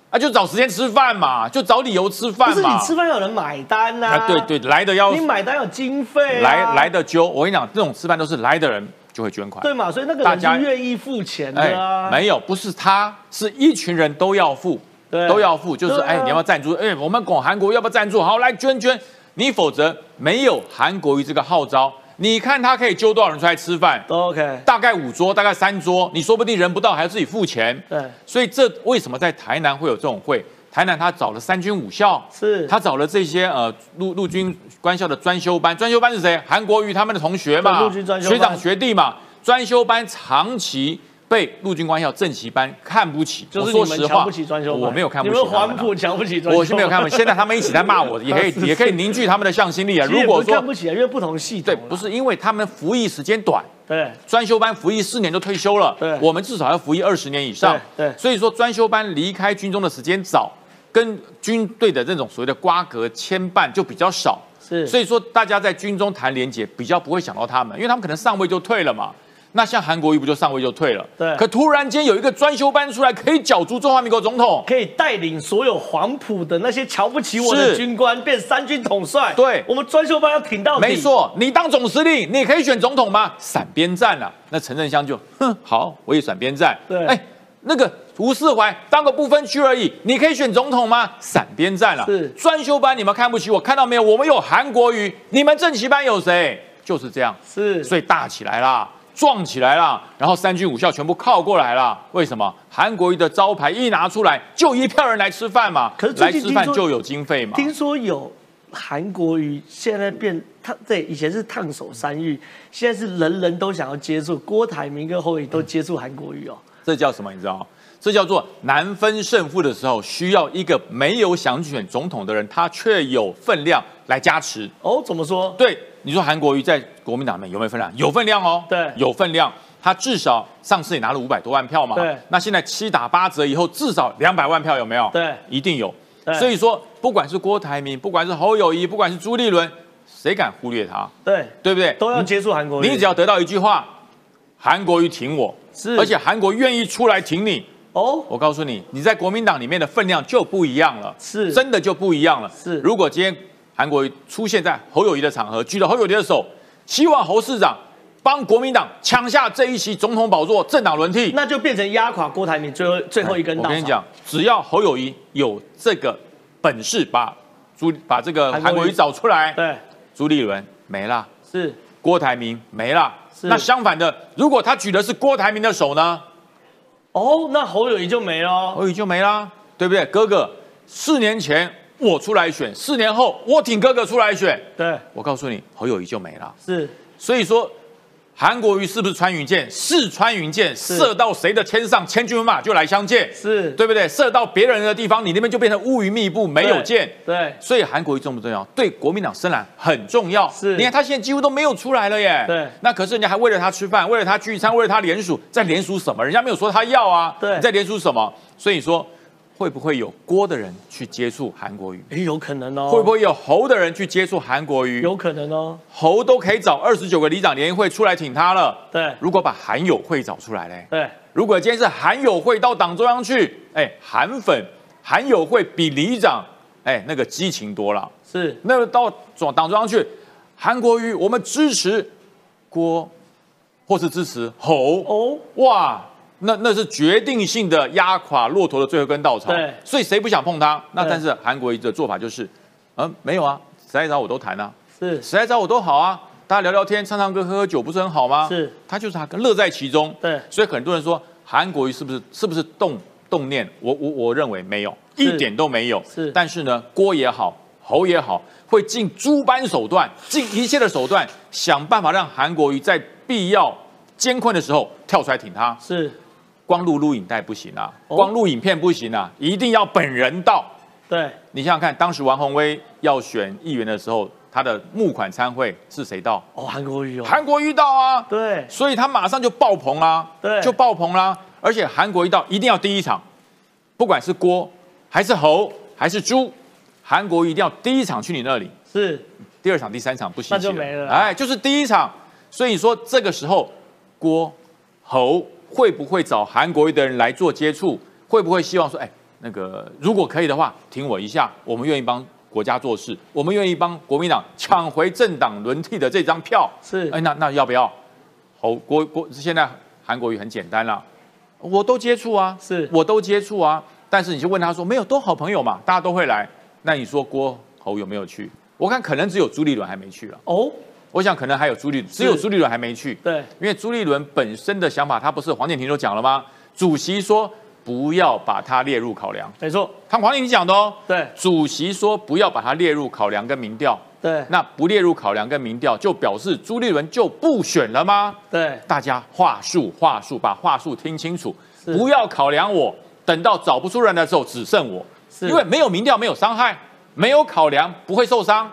S2: 啊，就找时间吃饭嘛，就找理由吃
S1: 不
S2: 饭
S1: 是你
S2: 嘛。
S1: 吃饭啊有人买单呐、
S2: 啊啊，对对，来的要
S1: 你买单有经费、啊，
S2: 来来的揪，我跟你讲，这种吃饭都是来的人就会捐款。
S1: 对嘛？所以那个
S2: 大
S1: 人
S2: 家哎
S1: 是愿意付钱的啊。
S2: 没有，不是他，是一群人都要付，
S1: 对
S2: 都要付，就是
S1: 对啊
S2: 哎，你要不要赞助？哎，我们拱韩国要不要赞助？好，来捐捐。你否则没有韩国瑜这个号召，你看他可以揪多少人出来吃饭？
S1: OK，
S2: 大概五桌，大概三桌，你说不定人不到还要自己付钱。
S1: 对
S2: 所以这为什么在台南会有这种会？台南他找了三军武校，
S1: 是
S2: 他找了这些呃陆陆军官校的专修班，专修班是谁？韩国瑜他们的同学嘛，
S1: 对陆军专修班
S2: 学长学弟嘛，专修班长期。被陆军官校正旗班看不起，
S1: 就是
S2: 我
S1: 你
S2: 说
S1: 们
S2: 实
S1: 瞧
S2: 话
S1: 不起专修班，
S2: 我没有看不起
S1: 你
S2: 他
S1: 们
S2: 们
S1: 黄
S2: 啊
S1: 埔瞧不起专修，
S2: 我是没有看不起。现在他们一起在骂我，也可以也可以凝聚他们的向心力 啊。
S1: 其实
S2: 如
S1: 也
S2: 果
S1: 不是
S2: 说
S1: 看不起啊，因为不同系统
S2: 对，
S1: 啦，
S2: 不是因为他们服役时间短，
S1: 对
S2: 专修班服役四年就退休了，
S1: 对
S2: 我们至少要服役二十年以上，
S1: 对对
S2: 所以说专修班离开军中的时间早，跟军队的这种所谓的瓜葛牵绊就比较少，
S1: 是
S2: 所以说大家在军中谈廉洁比较不会想到他们，因为他们可能上位就退了嘛。那像韩国瑜不就上位就退了？
S1: 对
S2: 可突然间有一个专修班出来，可以角逐中华民国总统，
S1: 可以带领所有黄埔的那些瞧不起我的
S2: 是
S1: 军官变三军统帅，
S2: 对
S1: 我们专修班要挺到底，
S2: 没，错，你当总司令，你也可以选总统吗？闪边站啊！那陈振香就，哼，好，我也闪边站。
S1: 对
S2: 哎，那个吴世怀当个不分区而已，你可以选总统吗？闪边站啊！
S1: 是
S2: 专修班，你们看不起我，看到没有？我们有韩国瑜，你们正旗班有谁？就是这样，
S1: 是
S2: 所以大起来啦，壮起来啦，然后三军武校全部靠过来啦。为什么？韩国瑜的招牌一拿出来，就一票人来吃饭嘛，
S1: 可是最
S2: 来
S1: 近
S2: 吃饭
S1: 听说
S2: 就有经费嘛。
S1: 听说有韩国瑜现在变烫，对，以前是烫手山芋，现在是人人都想要接触。郭台铭跟侯友宜都接触韩国瑜哦，
S2: 这叫什么？你知道吗？这叫做难分胜负的时候，需要一个没有想选总统的人，他却有分量来加持。
S1: 哦，怎么说？
S2: 对，你说韩国瑜在国民党里面有没有分量？有分量哦，
S1: 对
S2: 有分量。他至少上次也拿了五百多万票嘛，
S1: 对
S2: 那现在七打八折以后，至少两百万票有没有？
S1: 对
S2: 一定有
S1: 对。
S2: 所以说，不管是郭台铭，不管是侯友谊，不管是朱立伦，谁敢忽略他？
S1: 对，
S2: 对不对？
S1: 都要接触韩国瑜。
S2: 你只要得到一句话，韩国瑜挺我，
S1: 是
S2: 而且韩国愿意出来挺你，
S1: 哦，
S2: 我告诉你，你在国民党里面的分量就不一样了，
S1: 是
S2: 真的就不一样了。
S1: 是
S2: 如果今天韩国瑜出现在侯友谊的场合，举了侯友谊的手，希望侯市长帮国民党抢下这一席总统宝座，政党轮替。
S1: 那就变成压垮郭台铭最后最后一根稻
S2: 哎我
S1: 草。
S2: 跟你讲，只要侯友谊有这个本事把朱把这个
S1: 韩国瑜
S2: 韩国瑜找出来，
S1: 对，
S2: 朱立伦没了，
S1: 是
S2: 郭台铭没了。
S1: 是
S2: 那相反的，如果他举的是郭台铭的手呢？
S1: 哦，那侯友谊就没了哦。
S2: 侯宇就没啦，对不对？哥哥，四年前我出来选，四年后我挺哥哥出来选，
S1: 对，
S2: 我告诉你，侯友谊就没了。
S1: 是
S2: 所以说，韩国瑜是不是穿云箭？是穿云箭，射到谁的天上，千军万马就来相见，
S1: 是
S2: 对不对？射到别人的地方，你那边就变成乌云密布，没有见。
S1: 对
S2: 所以韩国瑜重不重要？对国民党深蓝很重要。
S1: 是
S2: 你看他现在几乎都没有出来了耶。
S1: 对
S2: 那可是人家还为了他吃饭，为了他聚餐，为了他联署，在联署什么？人家没有说他要啊。
S1: 对
S2: 你在联署什么？所以说，会不会有郭的人去接触韩国瑜？
S1: 诶，有可能哦。
S2: 会不会有侯的人去接触韩国瑜？
S1: 有可能哦？
S2: 侯都可以找二十九个里长联谊会出来挺他了。
S1: 对
S2: 如果把韩友会找出来嘞，
S1: 对，
S2: 如果今天是韩友会到党中央去，哎，韩粉韩友会比里长哎那个激情多了。
S1: 是
S2: 那到总党中央去，韩国瑜我们支持郭，或是支持侯，
S1: 哦，
S2: 哇，那那是决定性的压垮骆驼的最后一根稻草。
S1: 对
S2: 所以谁不想碰他？那
S1: 对
S2: 但是韩国瑜的做法就是，嗯，没有啊，谁来找我都谈啊。
S1: 是
S2: 谁来找我都好啊，大家聊聊天、唱唱歌、喝喝酒，不是很好吗？
S1: 是，
S2: 他就是他乐在其中。
S1: 对
S2: 所以很多人说韩国瑜是不是是不是动动念？我我我认为没有，
S1: 是
S2: 一点都没有。
S1: 是
S2: 但是呢，郭也好，侯也好，会尽诸般手段，尽一切的手段，想办法让韩国瑜在必要艰困的时候跳出来挺他。
S1: 是，
S2: 光录录影带不行啊，
S1: 哦
S2: 光录影片不行啊，一定要本人到。
S1: 对，
S2: 你想想看，当时王宏威要选议员的时候，他的募款参会是谁到？
S1: 哦，韩国瑜哦，
S2: 韩国遇到啊，
S1: 对
S2: 所以他马上就爆棚啦、
S1: 对
S2: 就爆棚啦、而且韩国遇到一定要第一场，不管是锅还是猴还是猪，韩国一定要第一场去你那里，
S1: 是
S2: 第二场、第三场不稀奇
S1: 那就没了
S2: 哎，就是第一场，所以说这个时候郭侯会不会找韩国瑜的人来做接触？会不会希望说，哎，那个如果可以的话，挺我一下，我们愿意帮国家做事，我们愿意帮国民党抢回政党轮替的这张票。
S1: 是
S2: 哎，那那要不要？侯侯郭郭现在韩国语很简单啦、我都接触啊，
S1: 是
S2: 我都接触啊。但是你就问他说，没有，都好朋友嘛，大家都会来。那你说郭侯有没有去？我看可能只有朱立伦还没去了。
S1: 哦，
S2: 我想可能还有朱立，只有朱立伦还没去。
S1: 对
S2: 因为朱立伦本身的想法，他不是黄建庭都讲了吗？主席说不要把它列入考量，
S1: 没错，
S2: 他黄建庭讲的哦。
S1: 对
S2: 主席说不要把它列入考量跟民调，
S1: 对
S2: 那不列入考量跟民调，就表示朱立伦就不选了吗？
S1: 对
S2: 大家话术话术，把话术听清楚，不要考量我，等到找不出人的时候只剩我，
S1: 是
S2: 因为没有民调没有伤害，没有考量不会受伤，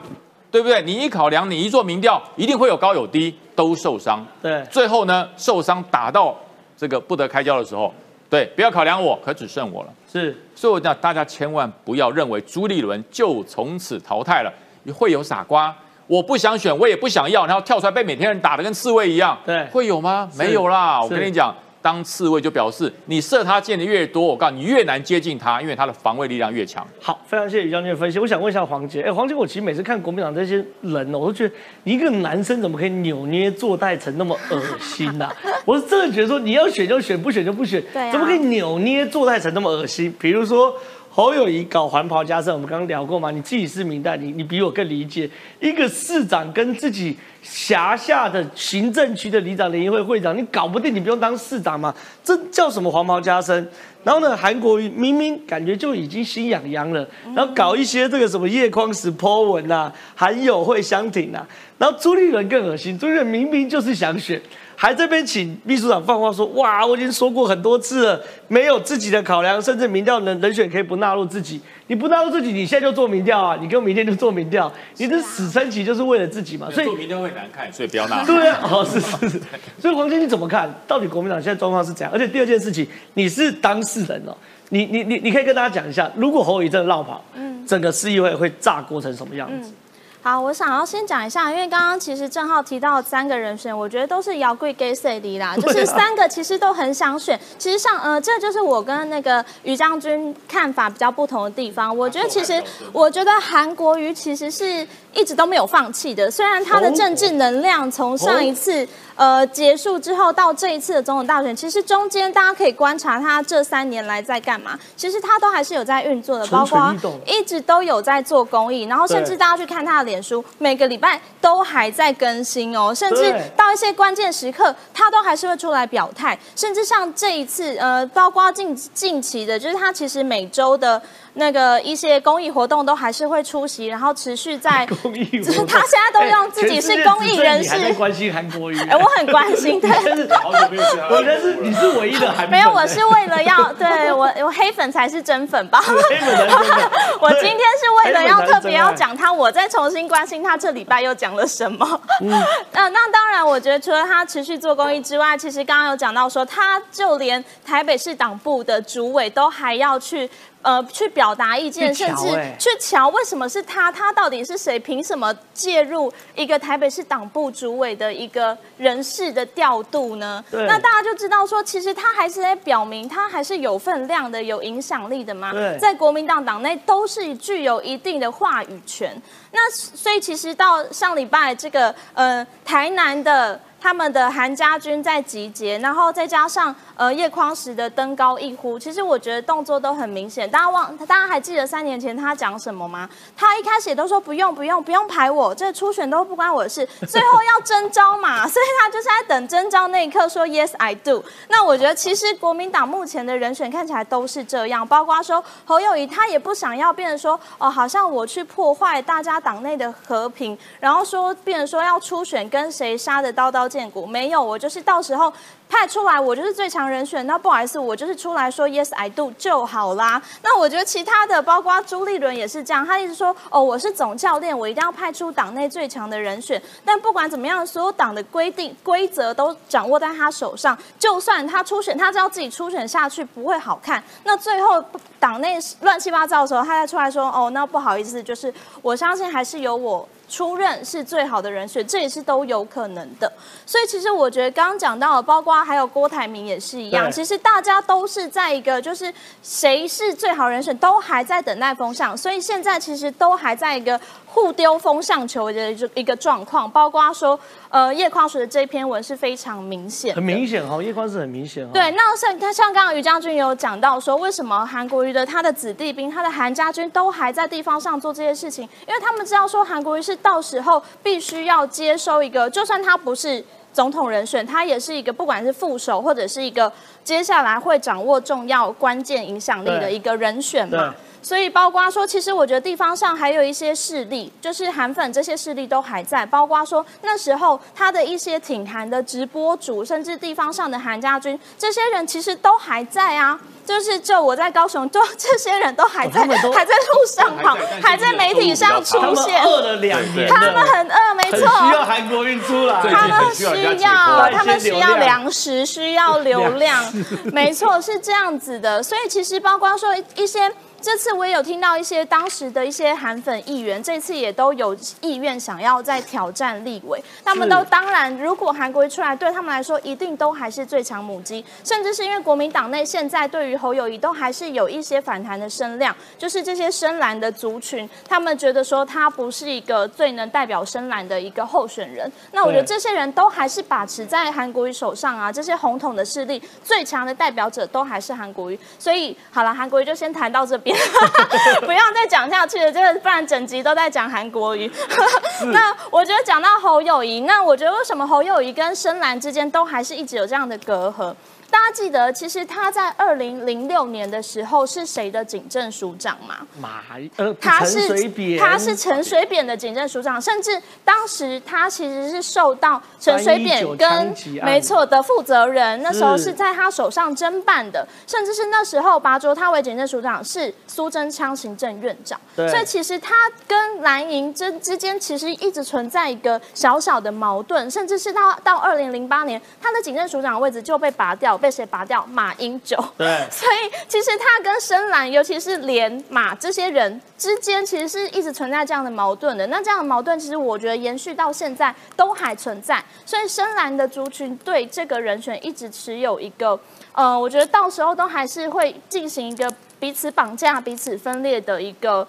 S2: 对不对？你一考量，你一做民调，一定会有高有低，都受伤。
S1: 对
S2: 最后呢，受伤打到这个不得开交的时候，对，不要考量我，可只剩我了。
S1: 是
S2: 所以我讲，大家千万不要认为朱立伦就从此淘汰了，会有傻瓜。我不想选，我也不想要，然后跳出来被每天人打得跟刺猬一样，
S1: 对
S2: 会有吗？
S1: 是
S2: 没有啦。
S1: 是
S2: 我跟你讲，当刺猬就表示你射他箭的越多，我告诉你你越难接近他，因为他的防卫力量越强。
S1: 好，非常谢谢于将军的分析。我想问一下黄杰，哎，黄杰，我其实每次看国民党这些人哦呢，我都觉得你一个男生怎么可以扭捏作态成那么恶心呐、 我是真的觉得说你要选就选，不选就不选，
S4: 对啊
S1: 怎么可以扭捏作态成那么恶心？比如说侯友谊搞环袍加身，我们刚刚聊过嘛，你自己是明代，你你比我更理解，一个市长跟自己辖下的行政区的里长联谊会会长，你搞不定，你不用当市长嘛，这叫什么黄袍加身？然后呢，韩国瑜明明感觉就已经心痒痒了，然后搞一些这个什么叶匡时 po 文啊，韩友会相挺啊，然后朱立伦更恶心，朱立伦明明就是想选。还这边请秘书长放话说，哇，我已经说过很多次了，没有自己的考量，甚至民调人人选可以不纳入自己。你不纳入自己，你现在就做民调啊，你跟明天就做民调，你这死撑旗就是为了自己嘛。所以，
S2: 民调会难看，所以不要 拿。
S1: 对啊，哦，是是是。所以黄先生你怎么看？到底国民党现在状况是怎样？而且第二件事情，你是当事人哦，你你你你可以跟大家讲一下，如果侯友宜真的绕跑，
S4: 嗯
S1: 整个市议会会炸锅成什么样子？
S4: 好，我想要先讲一下，因为刚刚其实郑浩提到三个人选，我觉得都是摇贵 gay 赛离啦，
S1: 啊
S4: 就是三个其实都很想选。其实像呃，这就是我跟那个于将军看法比较不同的地方。我觉得其实，我觉得韩国瑜其实是一直都没有放弃的，虽然他的政治能量从上一
S1: 哦
S4: 次呃结束之后到这一次的总统大选，其实中间大家可以观察他这三年来在干嘛，其实他都还是有在运作的，
S1: 蠢
S4: 包
S1: 蠢
S4: 括
S1: 欲动
S4: 一直都有在做公益，然后甚
S1: 对
S4: 至大家去看他的脸书，每个礼拜都还在更新哦，甚至
S1: 对
S4: 到一些关键时刻，他都还是会出来表态，甚至像这一次，呃，包括近近期的，就是他其实每周的那个一些公益活动都还是会出席，然后持 续在
S1: 公益活
S4: 就是
S1: 动，哎
S4: 他现在都用自己是公益人
S1: 全世界只
S4: 士
S1: 剩你还在关心韩国瑜，
S4: 哎我很关心 对
S1: 你真是好久没有去韩国瑜了我真是你是唯一的韩粉
S4: 没有，我是为 了要对我我黑粉才是真粉吧。
S1: 黑粉才是真粉
S4: 我今天是为了要特别
S1: 黑粉才是真
S4: 要
S1: 爱
S4: 讲他，我再重新关心他这礼拜又讲了什么。
S1: 嗯
S4: 那 那当然，我觉得除了他持续做公益之外，其实刚刚有讲到说，他就连台北市党部的主委都还要去。呃，去表达意见，
S1: 去
S4: 甚
S1: 瞧
S4: 至
S1: 欸
S4: 去瞧为什么是他，他到底是谁？凭什么介入一个台北市党部主委的一个人事的调度呢？
S1: 对
S4: 那大家就知道说，其实他还是在表明他还是有分量的、有影响力的嘛
S1: 对，
S4: 啊在国民党党内都是具有一定的话语权。那所以其实到上礼拜这个呃台南的。他们的韩家军在集结，然后再加上呃叶匡时的登高一呼，其实我觉得动作都很明显。大家忘，大家还记得三年前他讲什么吗？他一开始也都说不用不用不用排我，这初选都不关我的事，最后要征召嘛，啊所以他就是在等征召那一刻说 yes I do。那我觉得其实国民党目前的人选看起来都是这样，包括说侯友谊他也不想要变成说哦，好像我去破坏大家党内的和平，然后说变成说要初选跟谁杀的刀刀见骨，没有，我就是到时候。派出来，我就是最强人选。那不好意思，我就是出来说 yes I do 就好啦。那我觉得其他的，包括朱立伦也是这样，他一直说哦，我是总教练，我一定要派出党内最强的人选。但不管怎么样，所有党的规定规则都掌握在他手上。就算他初选，他知道自己初选下去不会好看，那最后党内乱七八糟的时候，他再出来说哦，那不好意思，就是我相信还是有我出任是最好的人选，这也是都有可能的。所以其实我觉得刚刚讲到的，包括还有郭台铭也是一样，
S1: 对
S4: 其实大家都是在一个就是谁是最好人选，都还在等待风向，所以现在其实都还在一个。互丢风向球的一个一个状况，包括说，呃，叶匡学的这篇文是非常明显的，
S1: 很明显哈、叶宽是很明显哈、
S4: 对，那像他像刚刚于将军有讲到说，为什么韩国瑜的他的子弟兵、他的韩家军都还在地方上做这些事情？因为他们知道说韩国瑜是到时候必须要接收一个，就算他不是总统人选，他也是一个不管是副手或者是一个接下来会掌握重要关键影响力的
S1: 对
S4: 一个人选
S1: 对啊
S4: 嘛。所以包括说，其实我觉得地方上还有一些势力，就是韩粉这些势力都还在。包括说那时候他的一些挺韩的直播主，甚至地方上的韩家军，这些人其实都还在啊。 就是就我在高雄，就这些人都还
S1: 哦
S4: 在，
S1: 他们都哦
S4: 还在路上跑，还
S2: 还在
S4: 在媒体上出
S1: 他们
S4: 现。
S1: 饿了两年了，
S4: 他们很饿，没
S1: 很
S4: 错。
S1: 需要韩国运出来。
S2: 最近
S4: 他们
S2: 很需
S4: 需
S2: 要人家
S4: 要
S2: 解脱，
S4: 他们需
S1: 带一些
S4: 要
S1: 流量
S4: 粮食，需 要流量，没错，是这样子的。所以其实包括说一些。这次我也有听到一些当时的一些韩粉议员，这次也都有意愿想要再挑战立委。他们都当然，如果韩国瑜出来，对他们来说一定都还是最强母鸡，甚至是因为国民党内现在对于侯友谊都还是有一些反弹的声量，就是这些深蓝的族群，他们觉得说他不是一个最能代表深蓝的一个候选人。那我觉得
S1: 对
S4: 这。这些人都还是把持在韩国瑜手上啊，这些红统的势力最强的代表者都还是韩国瑜，所以好了，韩国瑜就先谈到这边， 不要再讲下去了，这个不然整集都在讲韩国瑜。 那我觉得讲到侯友谊，那我觉得为什么侯友谊跟深蓝之间都还是一直有这样的隔阂？大家记得，其实他在二零零六年的时候是谁的警政署长吗？
S1: 马呃，
S4: 他
S1: 陈
S4: 是
S1: 水扁，
S4: 他是陈水扁的警政署长，甚至当时他其实是受到陈水扁
S1: 319
S4: 跟
S1: 枪击案
S4: 没错的负责人，那时候
S1: 是
S4: 是在他手上侦办的，甚至是那时候拔擢他为警政署长是苏贞昌行政院长，
S1: 对
S4: 所以其实他跟蓝营之之间其实一直存在一个小小的矛盾，甚至是到到二零零八年，他的警政署长位置就被拔掉，被谁拔掉？马英九。
S1: 对
S4: 所以其实他跟深蓝，尤其是连马这些人之间，其实是一直存在这样的矛盾的。那这样的矛盾，其实我觉得延续到现在都还存在。所以深蓝的族群对这个人选一直持有一个，呃，我觉得到时候都还是会进行一个彼此绑架、彼此分裂的一个。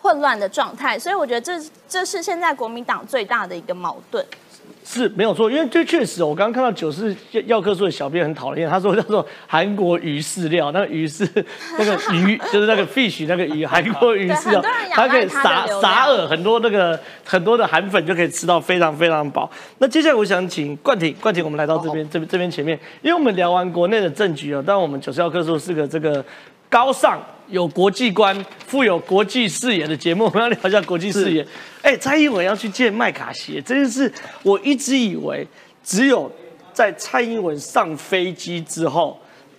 S4: 混乱的状态，所以我觉得这这是现在国民党最大的一个矛盾。
S1: 是没有错，因为这确实，我刚刚看到九四药科书的小编很讨厌，他说叫做韩国鱼饲料，那个鱼是 那个鱼，就是那个 fish 那个鱼，韩国鱼饲料
S4: 对很多人，仰
S1: 它
S4: 赖
S1: 可以
S4: 它
S1: 撒
S4: 的流量
S1: 撒饵，很多那个很多的韩粉就可以吃到非常非常饱。那接下来我想请冠廷，冠廷，我们来到这边这边这边前面，因为我们聊完国内的政局哦，但我们九四药科书是个这个高尚。有国际观、富有国际视野的节目，我们要聊一下国际视野。哎，蔡英文要去见麦卡锡，这件事我一直以为只有在蔡英文上飞机之后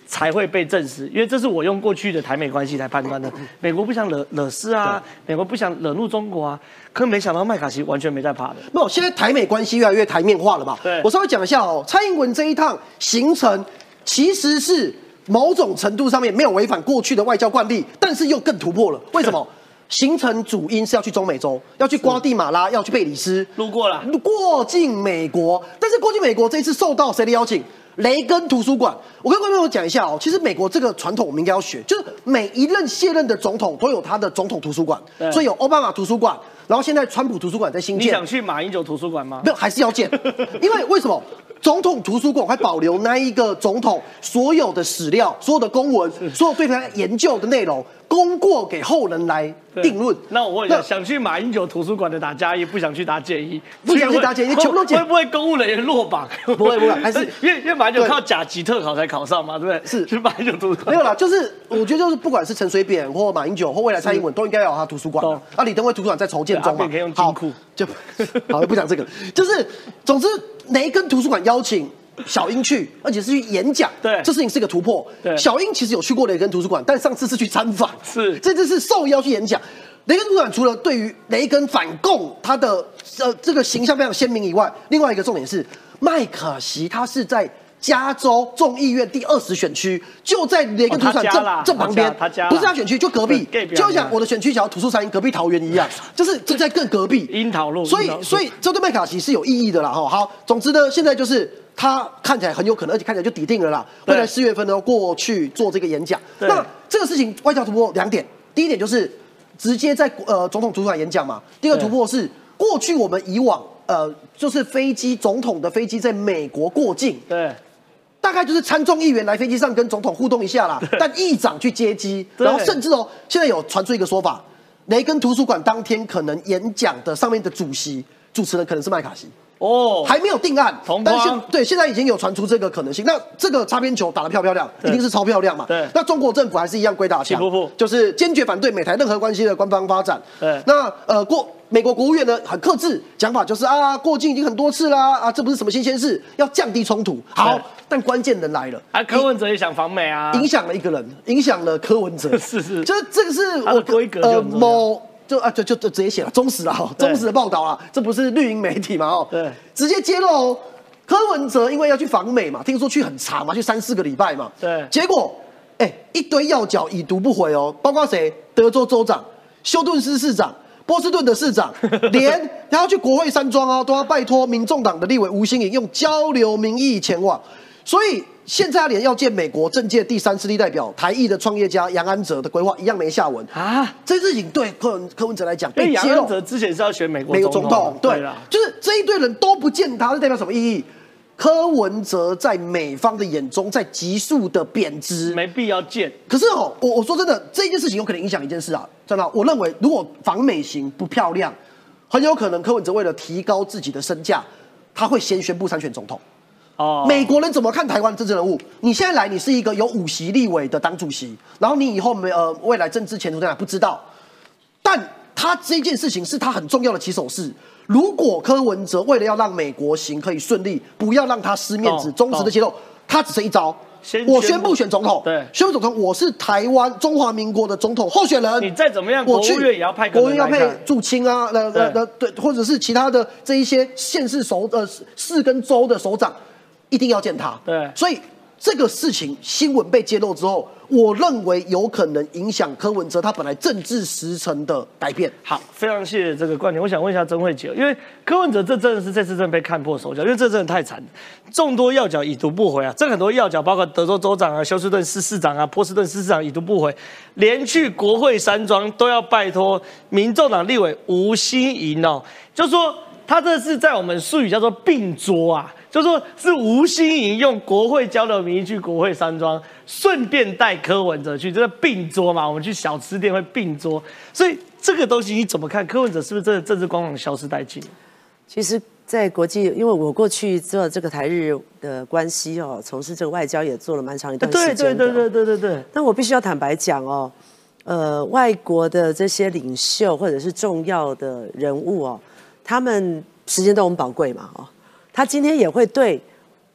S1: 才会被证实，因为这是我用过去的台美关系来判断的。美国不想惹惹事啊，美国不想惹怒中国啊，可没想到麦卡锡完全没在怕的。
S3: 没有，现在台美关系越来越台面化了嘛。
S1: 对
S3: 我稍微讲一下哦，蔡英文这一趟行程其实是某种程度上面没有违反过去的外交惯例，但是又更突破了。为什么？行程主因是要去中美洲，要去瓜地马拉，要去贝里斯，
S1: 路过了，
S3: 过境美国，但是过境美国这一次受到谁的邀请？雷根图书馆，我跟观众朋友讲一下哦，其实美国这个传统我们应该要学，就是每一任卸任的总统都有他的总统图书馆
S1: 对，
S3: 所以有奥巴马图书馆，然后现在川普图书馆在新
S1: 你
S3: 建
S1: 想，去马英九图书馆吗
S3: 没？有还是 要建，因为为什么？总统图书馆会保留那一个总统所有的史料、所有的公文、所有对他研究的内容，供过给后人来
S1: 对
S3: 定论。
S1: 那我问一下，想去马英九图书馆的打加一，不想去打减一，
S3: 不想去打减一
S1: 会
S3: 全部都减
S1: 会不会公务人员落榜？不
S3: 会不会还是
S1: 因为因为马英九
S3: 对
S1: 靠甲级特考才考上嘛，对不对？
S3: 是
S1: 去马英九图书
S3: 没
S1: 馆
S3: 有。啦，就是我觉得就是不管是陈水扁或马英九或未来蔡英文，都应该要有他图书馆
S1: 懂
S3: 啊。啊，李登辉图书馆在筹建中
S1: 对
S3: 嘛
S1: 啊，可以用金
S3: 好
S1: 库
S3: 就好，不讲这个，就是总之雷根图书馆邀请。小英去，而且是去演讲，
S1: 对
S3: 这事情是个突破。
S1: 对
S3: 小英其实有去过雷根图书馆，但上次是去参访，
S1: 是
S3: 这次是受邀去演讲。雷根图书馆除了对于雷根反共他的呃这个形象非常鲜明以外，另外一个重点是麦卡锡他是在加州众议院第二十选区，就在雷根图书
S1: 哦
S3: 馆
S1: 他家
S3: 正、
S1: 啦
S3: 正旁边，
S1: 他家他家啦
S3: 不是他选区就隔壁
S1: 对，隔壁啊
S3: 就像我的选区小土树山隔壁桃园一 样，就是就在更隔壁
S1: 樱桃路
S3: 所以
S1: 樱桃路
S3: 所以这对麦卡锡是有意义的啦哈。好，总之呢，现在就是。他看起来很有可能，而且看起来就底定了啦。
S1: 对
S3: 会在四月份呢过去做这个演讲。
S1: 对
S3: 那这个事情外交突破两点，第一点就是直接在呃总统图书馆演讲嘛。第二个突破是，过去我们以往呃就是飞机总统的飞机在美国过境，
S1: 对，
S3: 大概就是参众议员来飞机上跟总统互动一下啦，但议长去接机，
S1: 对
S3: 然后甚至哦，现在有传出一个说法，雷根图书馆当天可能演讲的上面的主席主持人可能是麦卡锡，
S1: 哦，
S3: 还没有定案
S1: 同框，
S3: 但现对现在已经有传出这个可能性。那这个擦边球打得漂不漂亮，
S1: 对
S3: 一定是超漂亮嘛。
S1: 对
S3: 那中国政府还是一样归大
S1: 请
S3: 家
S1: 不负，
S3: 就是坚决反对美台任何关系的官方发展。
S1: 对
S3: 那呃过。美国国务院呢很克制，讲法就是啊，过境已经很多次啦，啊，这不是什么新鲜事，要降低冲突。好
S1: 对，
S3: 但关键人来了，
S1: 啊，柯文哲也想访美啊，
S3: 影响了一个人，影响了柯文 哲，
S1: 是是
S3: 就是这个是
S1: 他的
S3: 我
S1: 规格就
S3: 呃
S1: 很重要
S3: 某就啊就就就直接写了忠实了哦，
S1: 对
S3: 忠实的报道啊，这不是绿营媒体嘛哦，
S1: 对
S3: 直接揭露哦，柯文哲因为要去访美嘛，听说去很长嘛，去三四个礼拜嘛，
S1: 对
S3: 结果哎一堆要角已读不回哦，包括谁，德州州长、休顿斯市长。波士顿的 市长连他要去国会山庄哦，都要拜托民众党的立委吴欣颖用交流名义前往，所以现在他连要见美国政界第三势力代表台裔的创业家杨安泽的规划一样没下文
S1: 啊。
S3: 这件事情对柯文柯文哲来讲
S1: 因为
S3: 被
S1: 杨
S3: 揭露
S1: 安，泽之前是要选美国
S3: 美国总统对
S1: 啦，
S3: 就是这一堆人都不见他，这代表什么意义？柯文哲在美方的眼中在急速的贬值，
S1: 没必要见，
S3: 可是哦，我我说真的，这件事情有可能影响一件事啊，真的啊，我认为如果访美型不漂亮，很有可能柯文哲为了提高自己的身价，他会先宣布参选总统。
S1: 哦，
S3: 美国人怎么看台湾的政治人物？你现在来，你是一个有五席立委的党主席，然后你以后没呃未来政治前途在哪不知道，但他这件事情是他很重要的起手式。如果柯文哲为了要让美国行可以顺利，不要让他失面子，
S1: 懂
S3: 忠实的揭露，他只剩一招
S1: 哦先宣。布
S3: 我宣布选总统，
S1: 对
S3: 宣布总统，我是台湾中华民国的总统候选人。
S1: 你再怎么样
S3: 我去
S1: 国务院也要派个
S3: 国务院要
S1: 人来
S3: 配
S1: 看
S3: 驻青啊，那那
S1: 对
S3: 那对，或者是其他的这一些县市首呃市市跟州的首长，一定要见他。
S1: 对
S3: 所以这个事情新闻被揭露之后，我认为有可能影响柯文哲他本来政治时程的改变。
S1: 好，非常谢谢这个观点。我想问一下曾慧姐，因为柯文哲这真的是这次真的被看破手脚，因为这真的太惨了，众多要角已读不回啊，这很多要角包括德州州长啊、休斯顿市市长啊、波士顿市市长已读不回，连去国会山庄都要拜托民众党立委吴欣盈哦，就说他这是在我们术语叫做并桌啊，就说是吴欣盈用国会交流名义去国会山庄，顺便带柯文哲去，这是并桌嘛？我们去小吃店会并桌，所以这个东西你怎么看？柯文哲是不是真的政治光芒消失殆尽？
S5: 其实，在国际，因为我过去做这个台日的关系哦，从事这个外交也做了蛮长一段呃时
S1: 对
S5: 间的。
S1: 对对对对对对，
S5: 但我必须要坦白讲哦，呃，外国的这些领袖或者是重要的人物哦，他们时间都很宝贵嘛哦，他今天也会对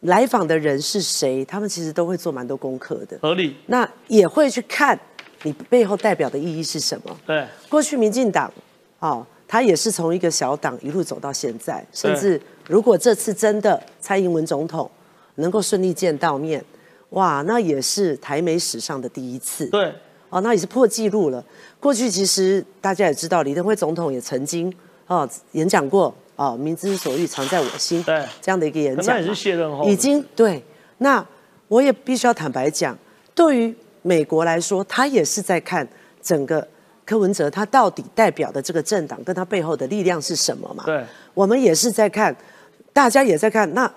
S5: 来访的人是谁，他们其实都会做蛮多功课的，
S1: 合理
S5: 那也会去看你背后代表的意义是什么。
S1: 对
S5: 过去民进党，哦，他也是从一个小党一路走到现在，甚至如果这次真的蔡英文总统能够顺利见到面，哇，那也是台美史上的第一次。
S1: 对
S5: 哦，那也是破纪录了。过去其实大家也知道，李登辉总统也曾经哦演讲过哦，民之所欲，常在我心。
S1: 对
S5: 这样的一个演
S1: 可
S5: 讲
S1: 那
S5: 嘛，
S1: 也是卸任后的
S5: 已经对。那我也必须要坦白讲，对于美国来说，他也是在看整个柯文哲他到底代表的这个政党跟他背后的力量是什么嘛？
S1: 对，
S5: 我们也是在看，大家也在看，那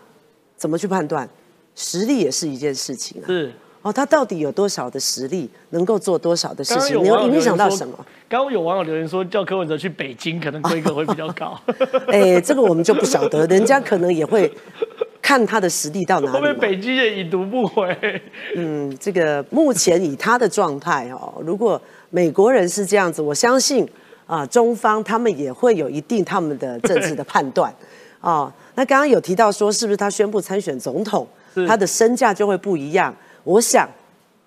S5: 怎么去判断？实力也是一件事情啊。
S1: 是。
S5: 哦，他到底有多少的实力，能够做多少的事
S1: 刚刚有啊
S5: 情，
S1: 网
S5: 能
S1: 友
S5: 影响到
S1: 留言说
S5: 什么？？
S1: 刚刚有网友留言说，叫柯文哲去北京，可能规格会比较高。
S5: 哎，这个我们就不晓得，人家可能也会看他的实力到 哪
S1: 会不会
S5: 里嘛。
S1: 北京也已读不回？
S5: 嗯，这个目前以他的状态哦，如果美国人是这样子，我相信啊，中方他们也会有一定他们的政治的判断哦。那刚刚有提到说，是不是他宣布参选总统
S1: 是，
S5: 他的身价就会不一样？我想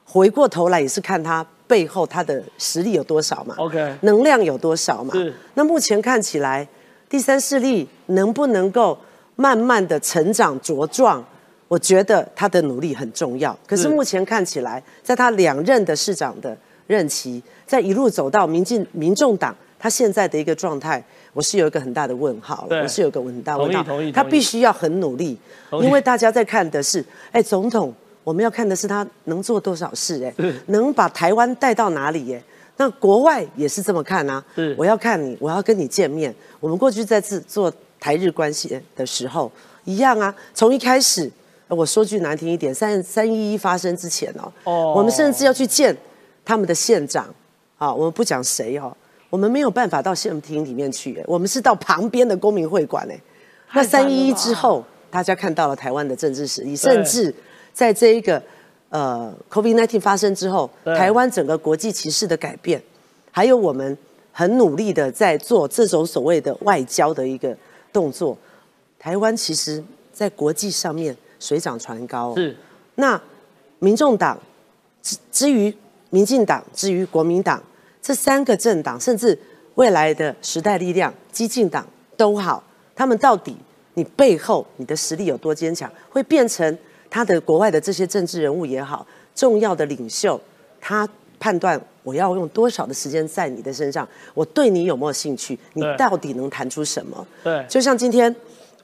S5: 回过头来也是看他背后他的实力有多少嘛
S1: OK
S5: 能量有多少嘛
S1: 是。
S5: 那目前看起来，第三势力能不能够慢慢的成长茁壮，我觉得他的努力很重要。可
S1: 是
S5: 是目前看起来，在他两任的市长的任期，在一路走到民进民众党。他现在的一个状态，我是有一个很大的问号
S1: 对
S5: 了，我是有一个很大的问号。
S1: 同意同意
S5: 他
S1: 同意
S5: 必须要很努力，
S1: 同意
S5: 因为大家在看的是，哎，总统，我们要看的是他能做多少事，哎
S1: 是，
S5: 能把台湾带到哪里，哎。那国外也是这么看啊。
S1: 是
S5: 我要看你，我要跟你见面。我们过去在制做台日关系的时候一样啊，从一开始，呃我说句难听一点，三三一一发生之前哦，
S1: 哦
S5: 我们甚至要去见他们的县长啊，我们不讲谁哦，我们没有办法到县厅里面去，我们是到旁边的公民会馆哎。那
S1: 太惨
S5: 三
S1: 了
S5: 一一
S1: 吧
S5: 之后，大家看到了台湾的政治实力，甚至在这一个呃 COVID-19 发生之后，
S1: 对
S5: 台湾整个国际歧视的改变，还有我们很努力的在做这种所谓的外交的一个动作，台湾其实在国际上面水涨船高、哦。
S1: 是
S5: 那民众党之之于民进党之于国民党这三个政党，甚至未来的时代力量、激进党都好，他们到底你背后你的实力有多坚强，会变成他的国外的这些政治人物也好，重要的领袖，他判断我要用多少的时间在你的身上，我对你有没有兴趣，你
S1: 对
S5: 到底能谈出什么？
S1: 对
S5: 就像今天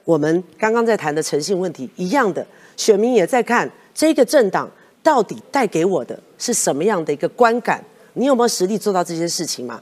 S5: 我们刚刚在谈的诚信问题一样的，选民也在看这个政党到底带给我的是什么样的一个观感，你有没有实力做到这些事情嘛？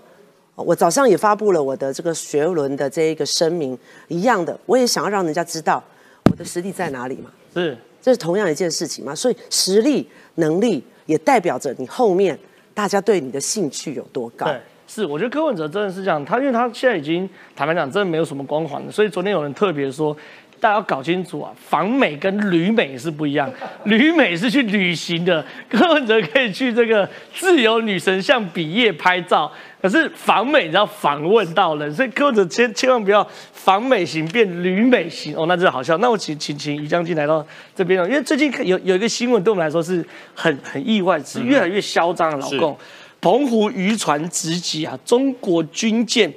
S5: 哦我早上也发布了我的这个学轮的这一个声明，一样的，我也想要让人家知道我的实力在哪里嘛。
S1: 是
S5: 这是同样一件事情嘛。所以实力、能力也代表着你后面大家对你的兴趣有多高。
S1: 对，是，我觉得柯文哲真的是这样，他因为他现在已经坦白讲，真的没有什么光环了，所以昨天有人特别说。大家要搞清楚啊，访美跟旅美是不一样，旅美是去旅行的，柯文哲可以去这个自由女神像比耶拍照，可是访美你要访问到人，所以柯文哲千千万不要访美型变旅美型哦，那真的好笑。那我请请请于将军来到这边了，哦因为最近有有一个新闻对我们来说是很很意外，是越来越嚣张的老
S2: 是
S1: 共。澎湖渔船直击啊，中国军舰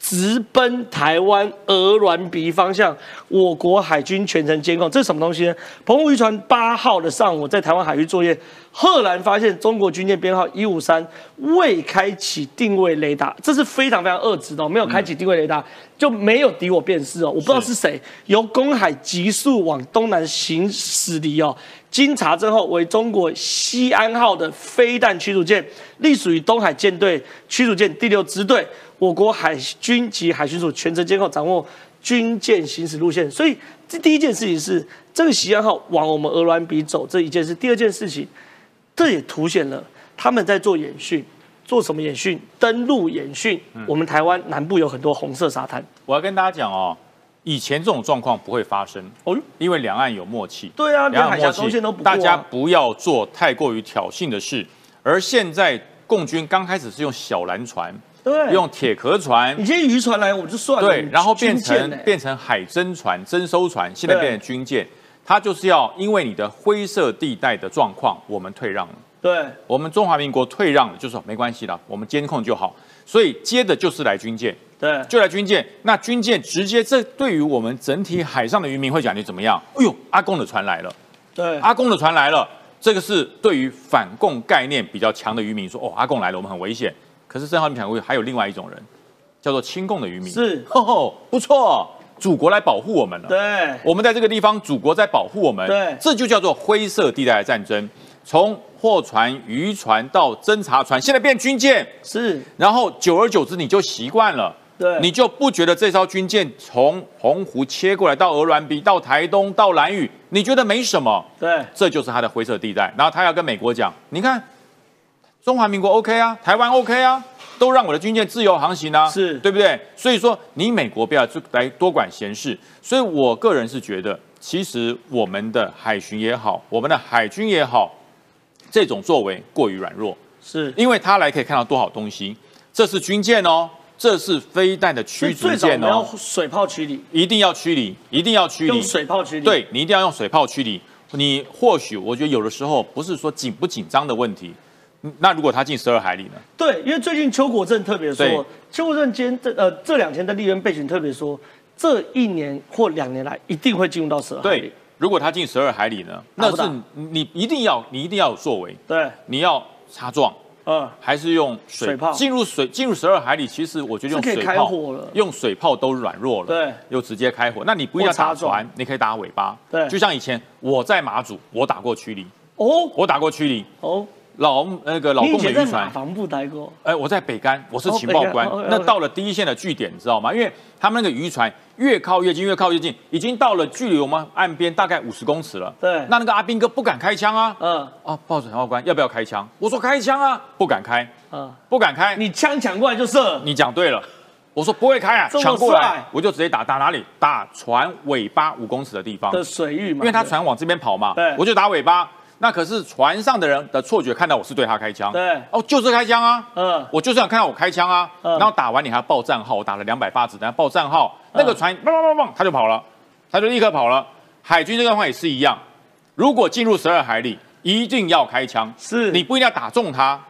S1: 直奔台湾鹅銮鼻方向，我国海军全程监控。这是什么东西呢？澎湖渔船八号的上午在台湾海域作业，赫然发现中国军舰编号一五三未开启定位雷达，这是非常非常恶质的、哦，没有开启定位雷达、就没有敌我辨识哦，我不知道是谁，由公海急速往东南行驶离哦。经查证后，为中国西安号的飞弹驱逐舰，隶属于东海舰队驱逐舰第六支队。我国海军及海巡署全程监控，掌握军舰行驶路线。所以，这第一件事情是这个西安号往我们鹅銮鼻走这一件事。第二件事情，这也凸显了他们在做演训，做什么演训？登陆演训。
S2: 嗯
S1: 我们台湾南部有很多红色沙滩。
S2: 我要跟大家讲哦，以前这种状况不会发生，
S1: 哦哟，
S2: 因为两岸有默契。
S1: 对啊，连
S2: 两
S1: 海
S2: 岸
S1: 峡
S2: 默
S1: 中
S2: 契
S1: 线都不过、啊。
S2: 大家不要做太过于挑衅的事。而现在共军刚开始是用小蓝船，
S1: 对
S2: 用铁壳船
S1: 你，今天渔船来我就算了，
S2: 对，然后变
S1: 军舰呢
S2: 成变成海侦船、征收船，现在
S1: 对
S2: 变成军舰，它就是要因为你的灰色地带的状况，我们退让了。
S1: 对
S2: 我们中华民国退让了，就说没关系了，我们监控就好。所以接的就是来军舰，
S1: 对
S2: 就来军舰。那军舰直接，这对于我们整体海上的渔民会感觉怎么样？哎呦，阿公的船来了，
S1: 对
S2: 阿公的船来了。这个是对于反共概念比较强的渔民说，哦，阿公来了，我们很危险。可是正好你们讲过，还有另外一种人，叫做亲共的渔民，
S1: 是
S2: 哦，不错，祖国来保护我们了。
S1: 对
S2: 我们在这个地方，祖国在保护我们，
S1: 对
S2: 这就叫做灰色地带的战争。从货船、渔船到侦察船，现在变军舰，
S1: 是，
S2: 然后久而久之你就习惯了，
S1: 对
S2: 你就不觉得这艘军舰从澎湖切过来到鹅銮鼻、到台东、到兰屿，你觉得没什么，
S1: 对
S2: 这就是它的灰色地带。然后他要跟美国讲，你看，中华民国 OK 啊，台湾 OK 啊，都让我的军舰自由航行啊，
S1: 是
S2: 对不对？所以说，你美国不要就来多管闲事。所以我个人是觉得，其实我们的海巡也好，我们的海军也好，这种作为过于软弱。
S1: 是，
S2: 因为他来可以看到多少东西。这是军舰哦，这是飞弹的驱逐
S1: 最早我
S2: 舰
S1: 们要
S2: 哦，
S1: 水炮驱离，
S2: 一定要驱离，一定要驱离
S1: 用。水炮驱离，
S2: 对你一定要用水炮驱离。你或许我觉得有的时候不是说紧不紧张的问题，嗯那如果他进十二海里呢？
S1: 对，因为最近邱国正特别
S2: 对
S1: 说，邱国正今天这呃这两天在立院备询特别说，这一年或两年来一定会进入到十二海里
S2: 对，如果他进十二海里呢，
S1: 打
S2: 那
S1: 不打
S2: 是你你一定要你一定要有作为，
S1: 对，
S2: 你要擦撞，
S1: 呃，
S2: 还是用水
S1: 水炮
S2: 进入水进入十二海里，其实我觉得用
S1: 是可以
S2: 水炮
S1: 开火了
S2: 用水炮都软弱了，
S1: 对，
S2: 又直接开火。那你不一定要打
S1: 或插撞
S2: 船，你可以打尾巴，
S1: 对
S2: 就像以前我在马祖，我打过驱离，
S1: 哦
S2: 我打过驱离，
S1: 哦，
S2: 老那个老
S1: 你以
S2: 共的
S1: 前在
S2: 渔
S1: 哪
S2: 船。
S1: 防部待过？
S2: 哎，我在北干，我是
S1: 哦
S2: 情报
S1: 北干
S2: 官。
S1: 哦
S2: 那
S1: OK
S2: 到了第一线的据点，你知道吗？因为他们那个渔船越靠越近，越靠越近，已经到了距离我们岸边大概五十公尺了。
S1: 对
S2: 那那个阿兵哥不敢开枪啊。
S1: 嗯
S2: 啊，报警报官要不要开枪？我说开枪啊，不敢开，
S1: 嗯，
S2: 不敢开。
S1: 你枪抢过来就射，
S2: 你讲对了，我说不会开啊，
S1: 这么
S2: 抢过来
S1: 帅
S2: 我就直接打打哪里？打船尾巴五公尺的地方
S1: 的水域嘛，
S2: 因为他船往这边跑嘛
S1: 对，
S2: 我就打尾巴。那可是船上的人的错觉看到我是对他开枪，
S1: 对
S2: 哦，就是开枪啊，
S1: 嗯
S2: 我就是想看到我开枪啊，
S1: 嗯
S2: 然后打完你还要报账号，我打了两百发子弹报账号，那个船砰砰砰砰，他就跑了，他就立刻跑了。海军这个话也是一样，如果进入十二海里，一定要开枪，
S1: 是
S2: 你不一定要打中他，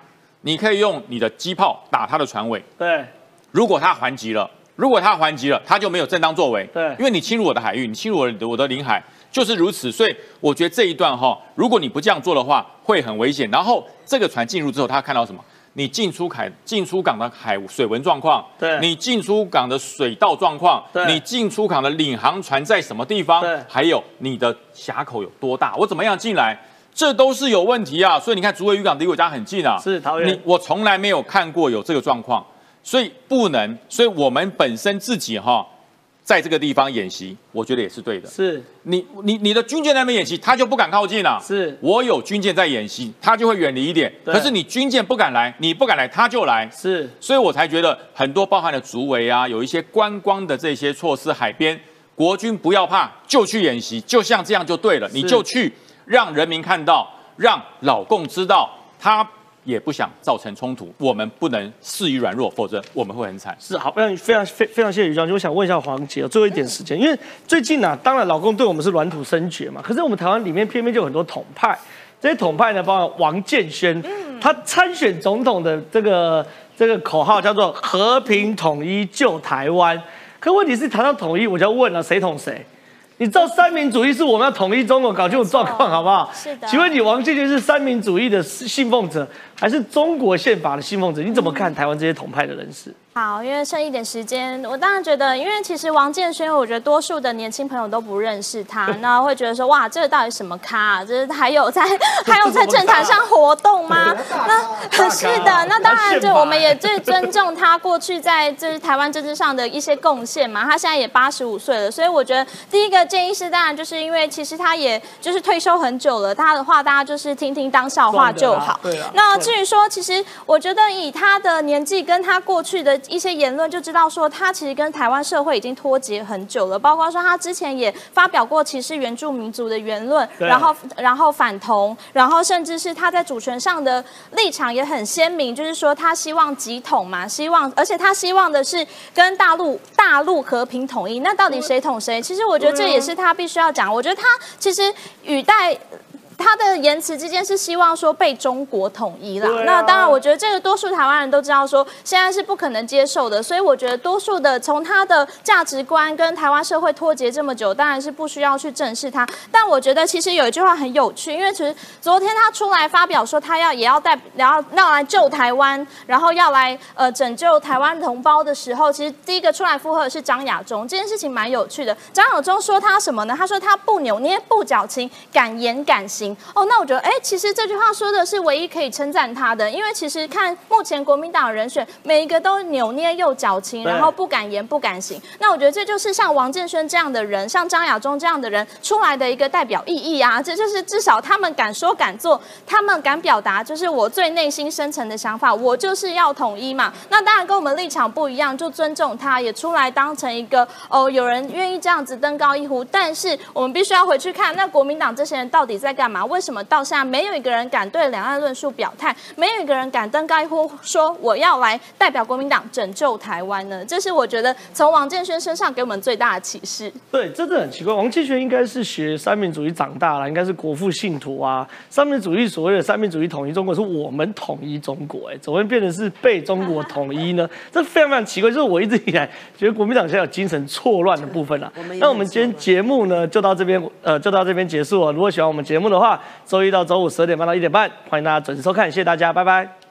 S2: 你可以用你的机炮打他的船尾，
S1: 对
S2: 如果他还击了，如果他还击了，他就没有正当作为。
S1: 对
S2: 因为你侵入我的海域，你侵入我的我的领海，就是如此。所以我觉得这一段哈、如果你不这样做的话，会很危险。然后这个船进入之后，他看到什么？你进出海、进出港的海水文状况，
S1: 对
S2: 你进出港的水道状况，
S1: 对
S2: 你进出港的领航船在什么地方
S1: 对，
S2: 还有你的峡口有多大，我怎么样进来，这都是有问题啊。所以你看，竹围渔港离我家很近啊，
S1: 是桃园
S2: 你我从来没有看过有这个状况，所以不能，所以我们本身自己哈，在这个地方演习，我觉得也是对的。
S1: 是
S2: 你你你的军舰在那边演习，他就不敢靠近了、
S1: 是
S2: 我有军舰在演习，他就会远离一点。
S1: 对
S2: 可是你军舰不敢来，你不敢来，他就来。
S1: 是
S2: 所以我才觉得很多包含了竹围啊，有一些观光的这些措施，海边国军不要怕，就去演习，就像这样就对了，你就去让人民看到，让老共知道，他也不想造成冲突，我们不能肆意软弱，否则我们会很惨。
S1: 是好，非常非常非非常谢谢于将军。我想问一下黄姐，最后一点时
S4: 嗯
S1: 间，因为最近啊，当然老公对我们是软土深掘嘛，可是我们台湾里面偏偏就有很多统派，这些统派呢，包括王建轩，
S4: 嗯
S1: 他参选总统的这个这个口号叫做“和平统一救台湾”，可问题是谈到统一，我就要问了，谁统谁？你知道三民主义是我们要统一中国，搞清楚状况好不好？
S4: 是的
S1: 请问你王建军是三民主义的信奉者，还是中国宪法的信奉者？你怎么
S4: 嗯
S1: 看台湾这些统派的人士？
S4: 好，因为剩一点时间，我当然觉得，因为其实王建轩，我觉得多数的年轻朋友都不认 识他，那会觉得说，哇，这个到底什么咖、啊？就是还有在还有在政坛上活动吗？那是的，那当然，就我们也最尊重他过去在就是台湾政治上的一些贡献嘛。他现在也八十五岁了，所以我觉得第一个建议是，当然就是因为其实他也就是退休很久了，他的话大家就是听听当笑话就好。
S1: 对啊
S4: 那至于说，其实我觉得以他的年纪跟他过去的一些言论，就知道说他其实跟台湾社会已经脱节很久了。包括说他之前也发表过歧视原住民族的言论，
S1: 对
S4: 然后然后反同，然后甚至是他在主权上的立场也很鲜明，就是说他希望集统嘛，希望而且他希望的是跟大陆大陆和平统一。那到底谁统谁？其实我觉得这也是他必须要讲。我觉得他其实语带。他的言辞之间是希望说被中国统一啦。
S1: 对啊
S4: 那当然，我觉得这个多数台湾人都知道说现在是不可能接受的，所以我觉得多数的从他的价值观跟台湾社会脱节这么久，当然是不需要去正视他。但我觉得其实有一句话很有趣，因为其实昨天他出来发表说他要也要代然后要来救台湾，然后要来呃拯救台湾同胞的时候，其实第一个出来附和的是张亚中，这件事情蛮有趣的。张亚中说他什么呢？他说他不扭捏、不矫情，敢言敢行。哦，那我觉得，哎，其实这句话说的是唯一可以称赞他的，因为其实看目前国民党人选，每一个都扭捏又矫情，
S1: 对
S4: 然后不敢言不敢行。那我觉得这就是像王建轩这样的人，像张亚中这样的人出来的一个代表意义啊。这就是至少他们敢说敢做，他们敢表达，就是我最内心深层的想法，我就是要统一嘛。那当然跟我们立场不一样，就尊重他，也出来当成一个哦，有人愿意这样子登高一呼。但是我们必须要回去看，那国民党这些人到底在干嘛？为什么到现在没有一个人敢对两岸论述表态，没有一个人敢登高一呼说我要来代表国民党拯救台湾呢？这是我觉得从王建轩身上给我们最大的启示。
S1: 对，真的很奇怪。王建轩应该是学三民主义长大了，应该是国父信徒啊。三民主义所谓的三民主义统一中国，是我们统一中国、哎，怎么会变成是被中国统一呢？ 这非常非常奇怪。就是我一直以来觉得国民党现在有精神错乱的部分啊
S5: 我们。也
S1: 那我们
S5: 很
S1: 今天
S5: 错乱
S1: 节目呢就到这边，呃，就到这边结束了。如果喜欢我们节目的话，周一到周五十二点半到一点半，欢迎大家准时收看，谢谢大家，拜拜。